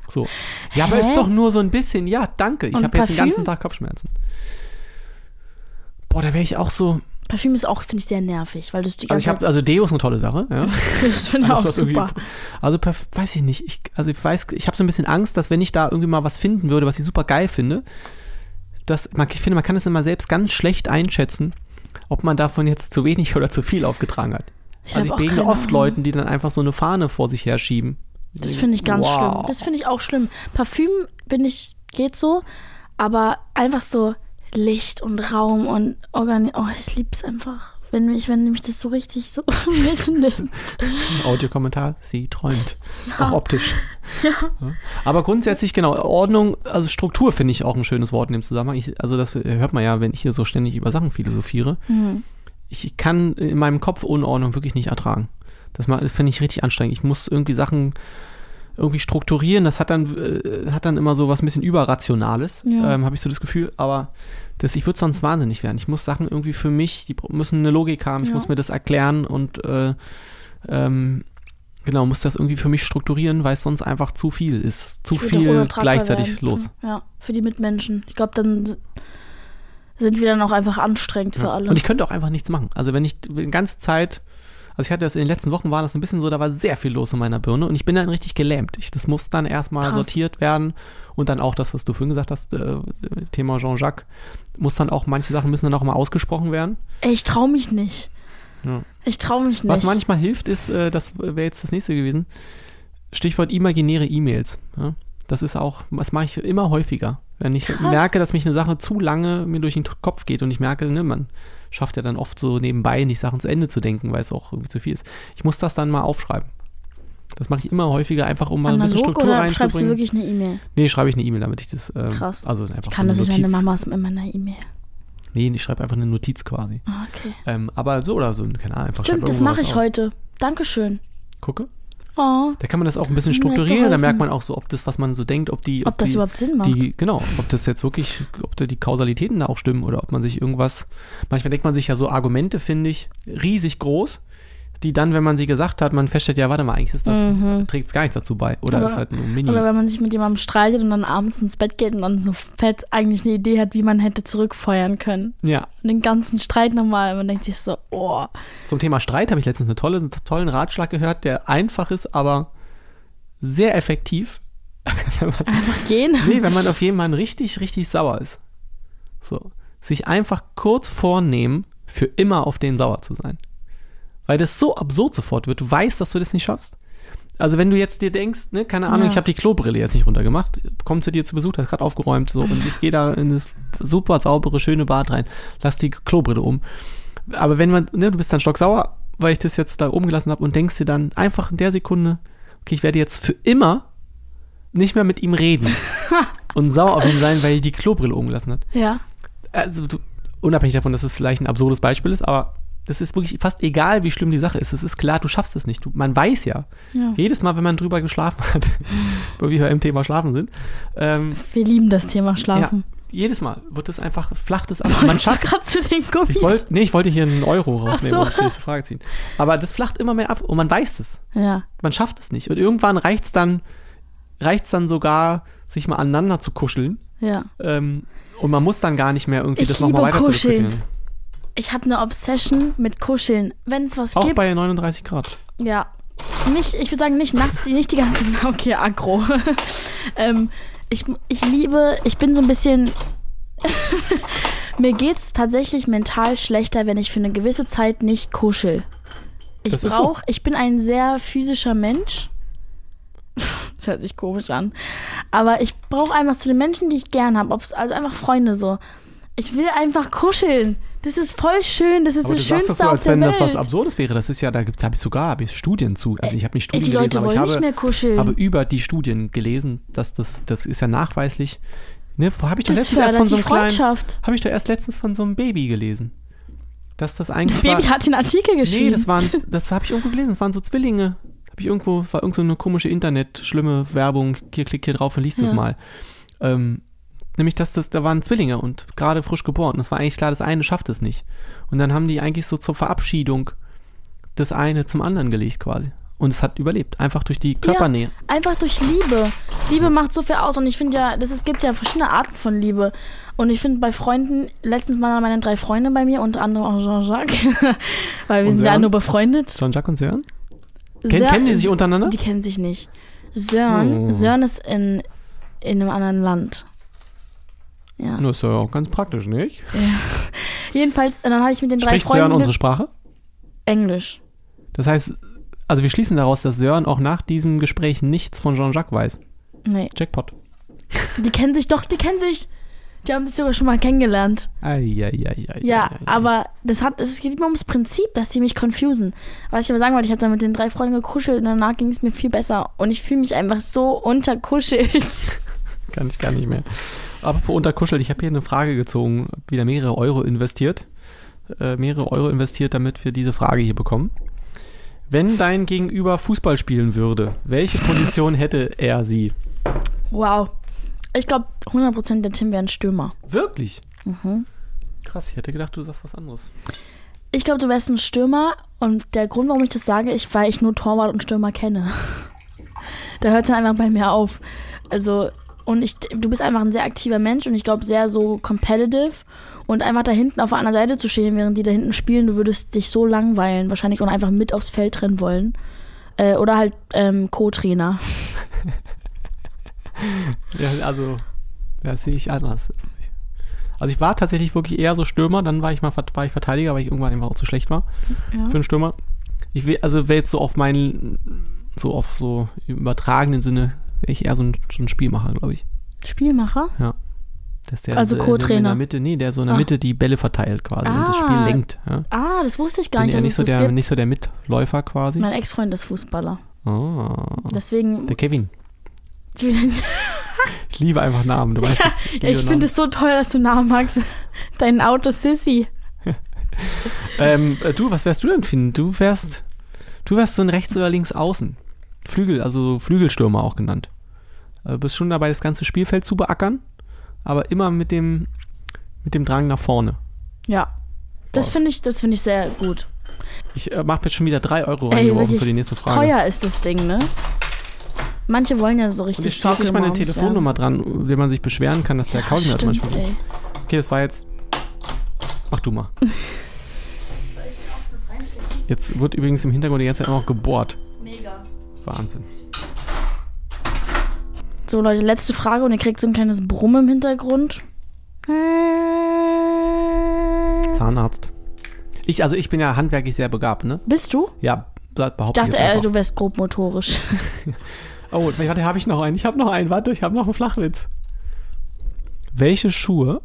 B: So. Ja, aber
A: Hä?
B: ist doch nur so ein bisschen. Ja, danke. Ich
A: Und
B: habe jetzt
A: Parfüm?
B: den ganzen Tag Kopfschmerzen. Boah, da wäre ich auch so.
A: Parfüm ist auch, finde ich, sehr nervig, weil du es die
B: Also ich
A: ganze
B: habe, also Deo ist eine tolle Sache. Ja. *laughs*
A: Zeit das finde ich
B: Alles,
A: auch
B: was irgendwie-
A: super.
B: Also perf- weiß ich nicht. Ich, also ich weiß, ich habe so ein bisschen Angst, dass wenn ich da irgendwie mal was finden würde, was ich super geil finde, dass man, ich finde, man kann es immer selbst ganz schlecht einschätzen, ob man davon jetzt zu wenig oder zu viel aufgetragen hat.
A: Ich hab
B: also ich
A: auch
B: begegne
A: keine
B: oft
A: Ahnung.
B: Leuten, die dann einfach so eine Fahne vor sich herschieben.
A: Das finde ich ganz
B: Wow.
A: schlimm. Das finde ich auch schlimm. Parfüm bin ich, geht so, aber einfach so Licht und Raum und Organ. Oh, ich liebe es einfach. Wenn mich, wenn mich das so richtig so *laughs* mitnimmt.
B: Audiokommentar, sie träumt. Auch optisch. Ja. Aber grundsätzlich, genau, Ordnung, also Struktur finde ich auch ein schönes Wort in dem Zusammenhang. Ich, also das hört man ja, wenn ich hier so ständig über Sachen philosophiere. Ich kann in meinem Kopf Unordnung wirklich nicht ertragen. Das, ma- das finde ich richtig anstrengend. Ich muss irgendwie Sachen irgendwie strukturieren. Das hat dann, äh, hat dann immer so was ein bisschen Überrationales,
A: Ja.
B: ähm, habe ich so das Gefühl. Aber das, ich würde sonst wahnsinnig werden. Ich muss Sachen irgendwie für mich, die br- müssen eine Logik haben. Ich
A: Ja.
B: muss mir das erklären und äh, ähm, Genau, muss das irgendwie für mich strukturieren, weil es sonst einfach zu viel ist. Zu
A: Ich würde auch
B: viel
A: unertragbar
B: gleichzeitig
A: werden.
B: los.
A: Ja, für die Mitmenschen. Ich glaube, dann s- sind wir dann auch einfach anstrengend für
B: Ja.
A: alle.
B: Und ich könnte auch einfach nichts machen. Also wenn ich die ganze Zeit, also ich hatte das in den letzten Wochen, war das ein bisschen so, da war sehr viel los in meiner Birne und ich bin dann richtig gelähmt. Ich, das muss dann erstmal
A: Krass.
B: sortiert werden und dann auch das, was du vorhin gesagt hast, äh, Thema Jean-Jacques, muss dann auch, manche Sachen müssen dann auch mal ausgesprochen werden.
A: Ey, ich traue mich nicht.
B: Ja.
A: Ich traue mich nicht.
B: Was manchmal hilft, ist, äh, das wäre jetzt das nächste gewesen, Stichwort imaginäre E-Mails. Ja? Das ist auch, das mache ich immer häufiger. Wenn ich
A: Krass.
B: merke, dass mich eine Sache zu lange mir durch den Kopf geht und ich merke, ne, man schafft ja dann oft so nebenbei nicht Sachen zu Ende zu denken, weil es auch irgendwie zu viel ist. Ich muss das dann mal aufschreiben. Das mache ich immer häufiger, einfach um mal ein bisschen
A: Analog
B: Struktur
A: oder schreibst du
B: reinzubringen.
A: wirklich eine E-Mail?
B: Nee, schreibe ich eine E-Mail, damit ich das. Ähm,
A: Krass.
B: Also einfach
A: Ich
B: so
A: kann
B: eine
A: das nicht,
B: Notiz.
A: meine Mama ist mit meiner E-Mail.
B: Nee, ich schreibe einfach eine Notiz quasi.
A: Ah, Okay.
B: Ähm, aber so oder so, keine Ahnung, einfach schreib
A: Stimmt, das
B: irgendwo
A: mache
B: was
A: ich
B: auf.
A: heute. Dankeschön.
B: Gucke.
A: Oh,
B: Da kann man das auch ein bisschen
A: hat mir
B: strukturieren, da
A: geholfen.
B: merkt man auch so, ob das, was man so denkt, ob die.
A: ob das
B: die,
A: überhaupt Sinn macht.
B: die, genau, ob das jetzt wirklich, ob da die Kausalitäten da auch stimmen oder ob man sich irgendwas. Manchmal denkt man sich ja so Argumente, finde ich, riesig groß, die dann, wenn man sie gesagt hat, man feststellt, ja, warte mal, eigentlich ist das,
A: Mhm.
B: trägt es gar nichts dazu bei. Oder
A: Oder-
B: ist halt nur Mini.
A: Oder wenn man sich mit jemandem streitet und dann abends ins Bett geht und dann so fett eigentlich eine Idee hat, wie man hätte zurückfeuern können.
B: Ja.
A: Und den ganzen Streit nochmal. Man denkt sich so, oh. *laughs*
B: Zum Thema Streit habe ich letztens eine tolle, einen tollen Ratschlag gehört, der einfach ist, aber sehr effektiv. *laughs* wenn man
A: Einfach gehen.
B: *laughs* Nee, wenn man auf jemanden richtig, richtig sauer ist. So. Sich einfach kurz vornehmen, für immer auf den sauer zu sein. Weil das so absurd sofort wird. Du weißt, dass du das nicht schaffst. Also wenn du jetzt dir denkst, ne, keine Ahnung,
A: Ja.
B: ich habe die Klobrille jetzt nicht runtergemacht, komm zu dir zu Besuch, hast gerade aufgeräumt so und ich gehe da in das super saubere, schöne Bad rein, lass die Klobrille um. Aber wenn man, ne, du bist dann stocksauer, weil ich das jetzt da oben gelassen habe und denkst dir dann einfach in der Sekunde, okay, ich werde jetzt für immer nicht mehr mit ihm reden und sauer auf ihn sein, weil er die Klobrille oben gelassen hat.
A: Ja.
B: Also du, unabhängig davon, dass es vielleicht ein absurdes Beispiel ist, aber das ist wirklich fast egal, wie schlimm die Sache ist. Es ist klar, du schaffst es nicht. Du, man weiß ja.
A: ja.
B: Jedes Mal, wenn man drüber geschlafen hat, *laughs* wo wir im Thema Schlafen sind, ähm,
A: Wir lieben das Thema Schlafen.
B: jedes Mal wird es einfach flacht es ab. Man
A: Wolltest du
B: schafft.
A: gerade zu den Gummis.
B: Ich wollte, nee, ich wollte hier einen Euro rausnehmen
A: so.
B: und diese Frage ziehen. Aber das flacht immer mehr ab und man weiß es.
A: ja.
B: Man schafft es nicht. Und irgendwann reicht es dann, reicht's dann sogar, sich mal aneinander zu kuscheln
A: Ja.
B: Ähm, und man muss dann gar nicht mehr irgendwie
A: Ich
B: das nochmal
A: liebe
B: weiter zu
A: kuscheln.
B: diskutieren.
A: Ich habe eine Obsession mit Kuscheln. Wenn es was
B: Auch
A: gibt.
B: bei 39 Grad.
A: Ja. Nicht, ich würde sagen, nicht nachts, die, nicht die ganze *laughs* Okay, aggro. ähm, ich, ich liebe, ich bin so ein bisschen. *laughs* Mir geht's tatsächlich mental schlechter, wenn ich für eine gewisse Zeit nicht kuschel. Ich
B: Das ist so.
A: brauche, ich bin ein sehr physischer Mensch. *laughs* Das hört sich komisch an. Aber ich brauche einfach zu den Menschen, die ich gern habe, also einfach Freunde so. Ich will einfach kuscheln. Das ist voll schön. Das ist
B: Aber du
A: das Schönste
B: sagst das so,
A: auf
B: als
A: der
B: wenn
A: Welt.
B: das was Absurdes wäre. Das ist ja, da gibt's, habe ich sogar hab ich Studien zu. Also ich habe nicht
A: Ey,
B: Studien
A: die Leute
B: gelesen, aber
A: wollen
B: ich
A: nicht
B: habe,
A: mehr kuscheln.
B: habe über die Studien gelesen, dass das, das ist ja nachweislich. Ne, habe ich doch
A: das
B: letztens erst von
A: fördert
B: so
A: die
B: einem kleinen,
A: Freundschaft.
B: habe ich doch erst letztens von so einem Baby gelesen, dass das eigentlich
A: Das Baby
B: war,
A: hat den Artikel geschrieben.
B: Nee, das waren, das habe ich irgendwo gelesen, das waren so Zwillinge. Habe ich irgendwo, war irgend so eine komische Internet, schlimme Werbung, hier klick hier drauf und liest das
A: Ja.
B: mal. Ähm, nämlich, dass das, da waren Zwillinge und gerade frisch geboren. Das war eigentlich klar, das eine schafft es nicht. Und dann haben die eigentlich so zur Verabschiedung das eine zum anderen gelegt quasi. Und es hat überlebt, einfach durch die Körpernähe.
A: Einfach durch Liebe. Liebe macht so viel aus und ich finde ja, das, es gibt ja verschiedene Arten von Liebe. Und ich finde bei Freunden, letztens waren meine drei Freunde bei mir, unter anderem auch Jean-Jacques, *laughs* weil wir
B: Und
A: sind ja
B: Sören?
A: nur befreundet.
B: Jean-Jacques und Sören?
A: Sören-
B: kennen die sich untereinander?
A: Die kennen sich nicht. Sören,
B: Oh.
A: Sören ist in, in einem anderen Land. Ja.
B: Das ist ja auch ganz praktisch, nicht?
A: Jedenfalls, und dann habe ich mit den drei
B: Spricht
A: Freunden
B: Sören unsere Sprache?
A: Englisch.
B: Das heißt, also wir schließen daraus, dass Sören auch nach diesem Gespräch nichts von Jean-Jacques weiß.
A: Nee,
B: Jackpot.
A: die kennen sich doch, die kennen sich. Die haben sich sogar schon mal kennengelernt.
B: Eieieiei.
A: Ja, aber das hat, es geht immer ums Prinzip, dass die mich confusen. Was ich aber sagen wollte, ich habe dann mit den drei Freunden gekuschelt und danach ging es mir viel besser. Und ich fühle mich einfach so unterkuschelt. *laughs*
B: Kann ich gar nicht mehr. Aber unterkuschelt, ich habe hier eine Frage gezogen, hab wieder mehrere Euro investiert. Äh, mehrere Euro investiert, damit wir diese Frage hier bekommen. Wenn dein Gegenüber Fußball spielen würde, welche Position hätte er sie?
A: Wow. Ich glaube, 100% der Tim wäre ein Stürmer.
B: Wirklich? Krass, ich hätte gedacht, du sagst was anderes.
A: Ich glaube, du wärst ein Stürmer und der Grund, warum ich das sage, ich, weil ich nur Torwart und Stürmer kenne. *laughs* da hört es dann einfach bei mir auf. Also, und ich, du bist einfach ein sehr aktiver Mensch und ich glaube, sehr so competitive. Und einfach da hinten auf der anderen Seite zu stehen, während die da hinten spielen, du würdest dich so langweilen, wahrscheinlich und einfach mit aufs Feld rennen wollen. Äh, oder halt ähm, Co-Trainer.
B: Ja, also, das sehe ich anders. Also ich war tatsächlich wirklich eher so Stürmer, dann war ich mal war ich Verteidiger, weil ich irgendwann einfach auch zu schlecht war
A: Ja.
B: für einen Stürmer. Ich will, also wäre jetzt so auf meinen, so auf so im übertragenen Sinne, wäre ich eher so ein, so ein Spielmacher, glaube ich.
A: Spielmacher?
B: Dass der,
A: Also
B: so- der so in
A: Co-Trainer.
B: der Mitte, nee, der so in der
A: Ah.
B: Mitte die Bälle verteilt quasi und das Spiel
A: Ah.
B: lenkt. Ja?
A: Ah, das wusste ich gar
B: Bin
A: nicht,
B: ja
A: dass
B: nicht
A: es
B: so,
A: das
B: der,
A: gibt.
B: nicht so der Mitläufer quasi.
A: Mein Ex-Freund ist Fußballer.
B: Ah,
A: Deswegen. *laughs*
B: der Kevin. Ich liebe einfach
A: *laughs*
B: Namen, du weißt es. liebe
A: ich finde es so toll, dass du Namen magst. *laughs* Dein Auto Sissy.
B: Namen. Ähm, äh, du, was wärst du denn, Finn? Du wärst, du wärst so ein Rechts- oder Linksaußen. Flügel, also Flügelstürmer auch genannt. Äh, bist schon dabei, das ganze Spielfeld zu beackern, aber immer mit dem, mit dem Drang nach vorne.
A: Ja. Das
B: Boah.
A: finde ich, das finde ich sehr gut.
B: Ich äh, mache jetzt schon wieder 3 Euro
A: Ey,
B: reingeworfen
A: wirklich
B: für die nächste Frage.
A: Teuer ist das Ding, ne? Manche wollen ja so
B: Und
A: richtig
B: es steht nicht mal eine
A: Schaukelmoms
B: Telefonnummer dran, mit der man sich beschweren kann, dass der
A: werden.
B: Kaugummi
A: ja,
B: hat
A: stimmt,
B: manchmal.
A: ey.
B: Okay, das war jetzt. Mach du
A: *laughs*
B: mal. Jetzt wird übrigens im Hintergrund die ganze Zeit auch noch gebohrt.
A: Mega.
B: Wahnsinn.
A: So, Leute, letzte Frage und ihr kriegt so ein kleines Brummen im Hintergrund.
C: Hm,
B: Zahnarzt. Ich, also ich bin ja handwerklich sehr begabt, ne?
A: Bist du?
B: Ja, bleib-
A: Ich
B: behaupte ich
A: dachte,
B: jetzt
A: äh,
B: einfach.
A: du wärst grob *laughs* motorisch.
B: Oh, warte, habe ich noch einen. Ich habe noch einen. Warte, ich habe noch einen Flachwitz. Welche Schuhe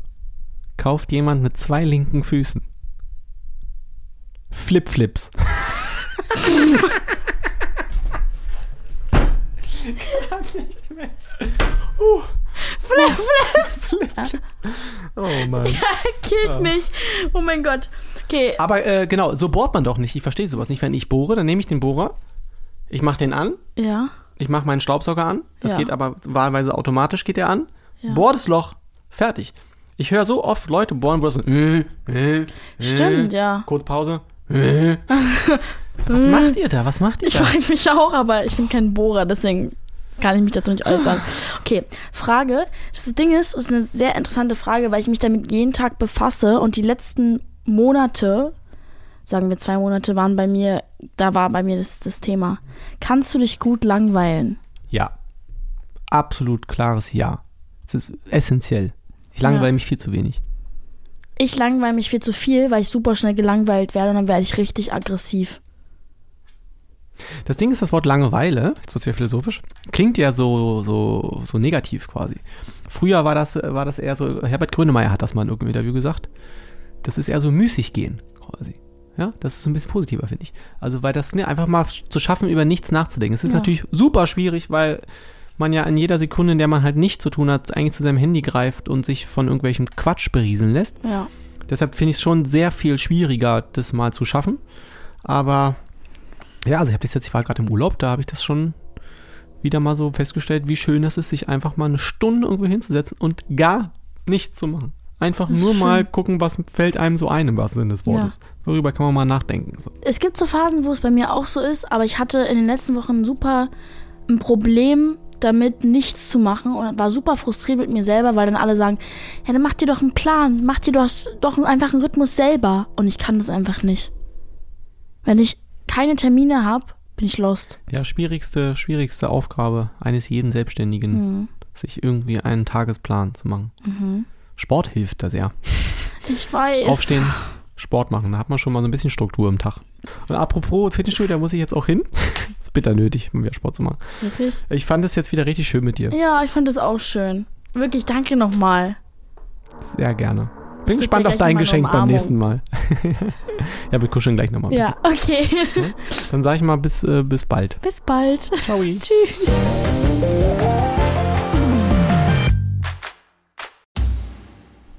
B: kauft jemand mit zwei linken Füßen? Flip-Flips. Oh Mann.
A: Killt mich. Oh mein Gott. Okay,
B: Aber äh, genau, so bohrt man doch nicht. Ich verstehe sowas nicht. Wenn ich bohre, dann nehme ich den Bohrer, ich mache den an,
A: ja.
B: ich mache meinen Staubsauger an. Das
A: Ja.
B: geht aber wahlweise automatisch geht der an. Bohr das Loch, fertig. Ich höre so oft Leute bohren, wo das so, äh, äh,
A: Stimmt,
B: äh,
A: ja. Äh.
B: Kurz
A: *laughs*
B: Pause. Äh. Was macht ihr da? Was macht ihr
A: Ich
B: da?
A: frage mich auch, aber ich bin kein Bohrer, deswegen kann ich mich dazu nicht äußern. Okay, Frage. Das Ding ist, es ist eine sehr interessante Frage, weil ich mich damit jeden Tag befasse und die letzten Monate, sagen wir zwei Monate, waren bei mir, da war bei mir das, das Thema. Kannst du dich gut langweilen?
B: Ja. Absolut klares Ja. Es ist essentiell. Ich langweile
A: Ja.
B: mich viel zu wenig.
A: Ich langweile mich viel zu viel, weil ich super schnell gelangweilt werde und dann werde ich richtig aggressiv.
B: Das Ding ist, das Wort Langeweile, jetzt wird es wieder philosophisch, klingt ja so, so, so negativ quasi. Früher war das, war das eher so, Herbert Grönemeyer hat das mal in irgendeinem Interview gesagt, das ist eher so müßig gehen quasi. Ja, das ist ein bisschen positiver, finde ich. Also, weil das ne, einfach mal sch- zu schaffen, über nichts nachzudenken. Es ist
A: Ja.
B: natürlich super schwierig, weil man ja in jeder Sekunde, in der man halt nichts zu tun hat, eigentlich zu seinem Handy greift und sich von irgendwelchem Quatsch berieseln lässt.
A: Ja.
B: Deshalb finde ich es schon sehr viel schwieriger, das mal zu schaffen. Aber ja, also ich habe das jetzt, ich war gerade im Urlaub, da habe ich das schon wieder mal so festgestellt, wie schön das ist, sich einfach mal eine Stunde irgendwo hinzusetzen und gar nichts zu machen. Einfach
A: Das ist
B: nur mal
A: schön.
B: gucken, was fällt einem so ein im wahrsten Sinne des
A: Ja.
B: Wortes. Worüber kann man mal nachdenken. So.
A: es gibt so Phasen, wo es bei mir auch so ist, aber ich hatte in den letzten Wochen super ein Problem damit, nichts zu machen und war super frustriert mit mir selber, weil dann alle sagen, ja, dann mach dir doch einen Plan, mach dir doch, doch einfach einen Rhythmus selber. Und ich kann das einfach nicht. Wenn ich keine Termine habe, bin ich lost.
B: Ja, schwierigste, schwierigste Aufgabe eines jeden Selbstständigen,
A: Hm.
B: sich irgendwie einen Tagesplan zu machen.
A: Mhm.
B: Sport hilft da sehr.
A: Ich weiß.
B: Aufstehen, Sport machen. Da hat man schon mal so ein bisschen Struktur im Tag. Und apropos Fitnessstudio, da muss ich jetzt auch hin. *laughs* ist bitter nötig, um wieder Sport zu machen.
A: Wirklich?
B: Ich fand es jetzt wieder richtig schön mit dir.
A: Ja, ich fand das auch schön. Wirklich, danke nochmal.
B: Sehr gerne.
A: Ich
B: Bin
A: geb
B: gespannt
A: dir
B: auf
A: gleich
B: dein
A: mal eine
B: Geschenk beim
A: Umarmung.
B: nächsten Mal. *laughs* ja, wir kuscheln gleich nochmal. ein
A: Ja, okay. *laughs*
B: bisschen. Dann sage ich mal bis, äh, bis bald.
A: Bis bald.
B: Ciao.
A: Tschüss.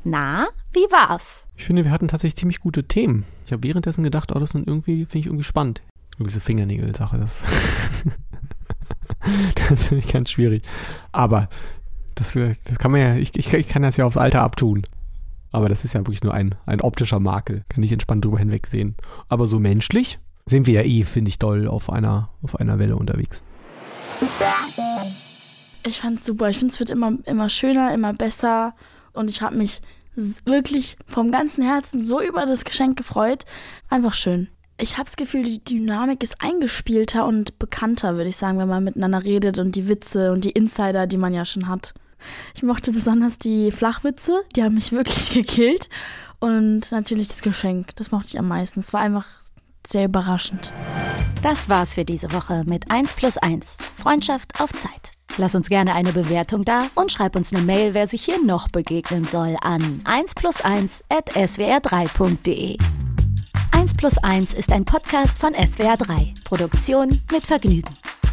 C: Na, wie war's?
B: Ich finde, wir hatten tatsächlich ziemlich gute Themen. Ich habe währenddessen gedacht, oh, das sind irgendwie, finde ich irgendwie spannend. Und Diese Fingernägel-Sache, das, *laughs* das finde ich ganz äh, schwierig. Aber das, das kann man ja, ich, ich, ich kann das ja aufs Alter abtun. Aber das ist ja wirklich nur ein, ein optischer Makel. Kann ich entspannt drüber hinwegsehen. Aber so menschlich sind wir ja eh, finde ich, doll auf einer, auf einer Welle unterwegs.
A: Ich fand's super. Ich finde, es wird immer, immer schöner, immer besser. Und ich habe mich s- wirklich vom ganzen Herzen so über das Geschenk gefreut. Einfach schön. Ich habe das Gefühl, die Dynamik ist eingespielter und bekannter, würde ich sagen, wenn man miteinander redet und die Witze und die Insider, die man ja schon hat. Ich mochte besonders die Flachwitze, die haben mich wirklich *laughs* gekillt. Und natürlich das Geschenk, das mochte ich am meisten. Es war einfach sehr überraschend.
C: Das war's für diese Woche mit 1 plus 1. Freundschaft auf Zeit. Lass uns gerne eine Bewertung da und schreib uns eine Mail, wer sich hier noch begegnen soll, an 1 plus 1 at swr3.de. 1 plus 1 ist ein Podcast von SWR3. Produktion mit Vergnügen.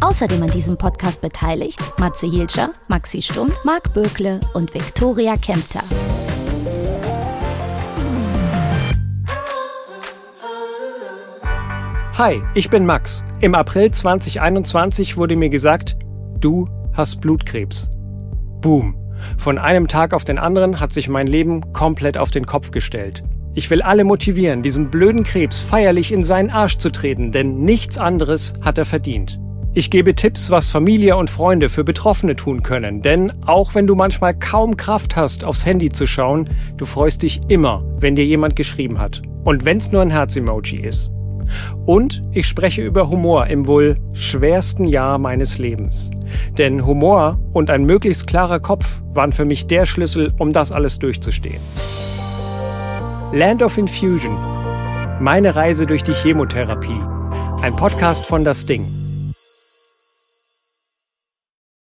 C: Außerdem an diesem Podcast beteiligt Matze Hielscher, Maxi Stumm, Marc Bökle und Viktoria Kempter.
D: Hi, ich bin Max. Im April 2021 wurde mir gesagt, du hast Blutkrebs. Boom. Von einem Tag auf den anderen hat sich mein Leben komplett auf den Kopf gestellt. Ich will alle motivieren, diesem blöden Krebs feierlich in seinen Arsch zu treten, denn nichts anderes hat er verdient. Ich gebe Tipps, was Familie und Freunde für Betroffene tun können, denn auch wenn du manchmal kaum Kraft hast, aufs Handy zu schauen, du freust dich immer, wenn dir jemand geschrieben hat. Und wenn's nur ein Herz-Emoji ist. Und ich spreche über Humor im wohl schwersten Jahr meines Lebens. Denn Humor und ein möglichst klarer Kopf waren für mich der Schlüssel, um das alles durchzustehen. Land of Infusion. Meine Reise durch die Chemotherapie. Ein Podcast von Das Ding.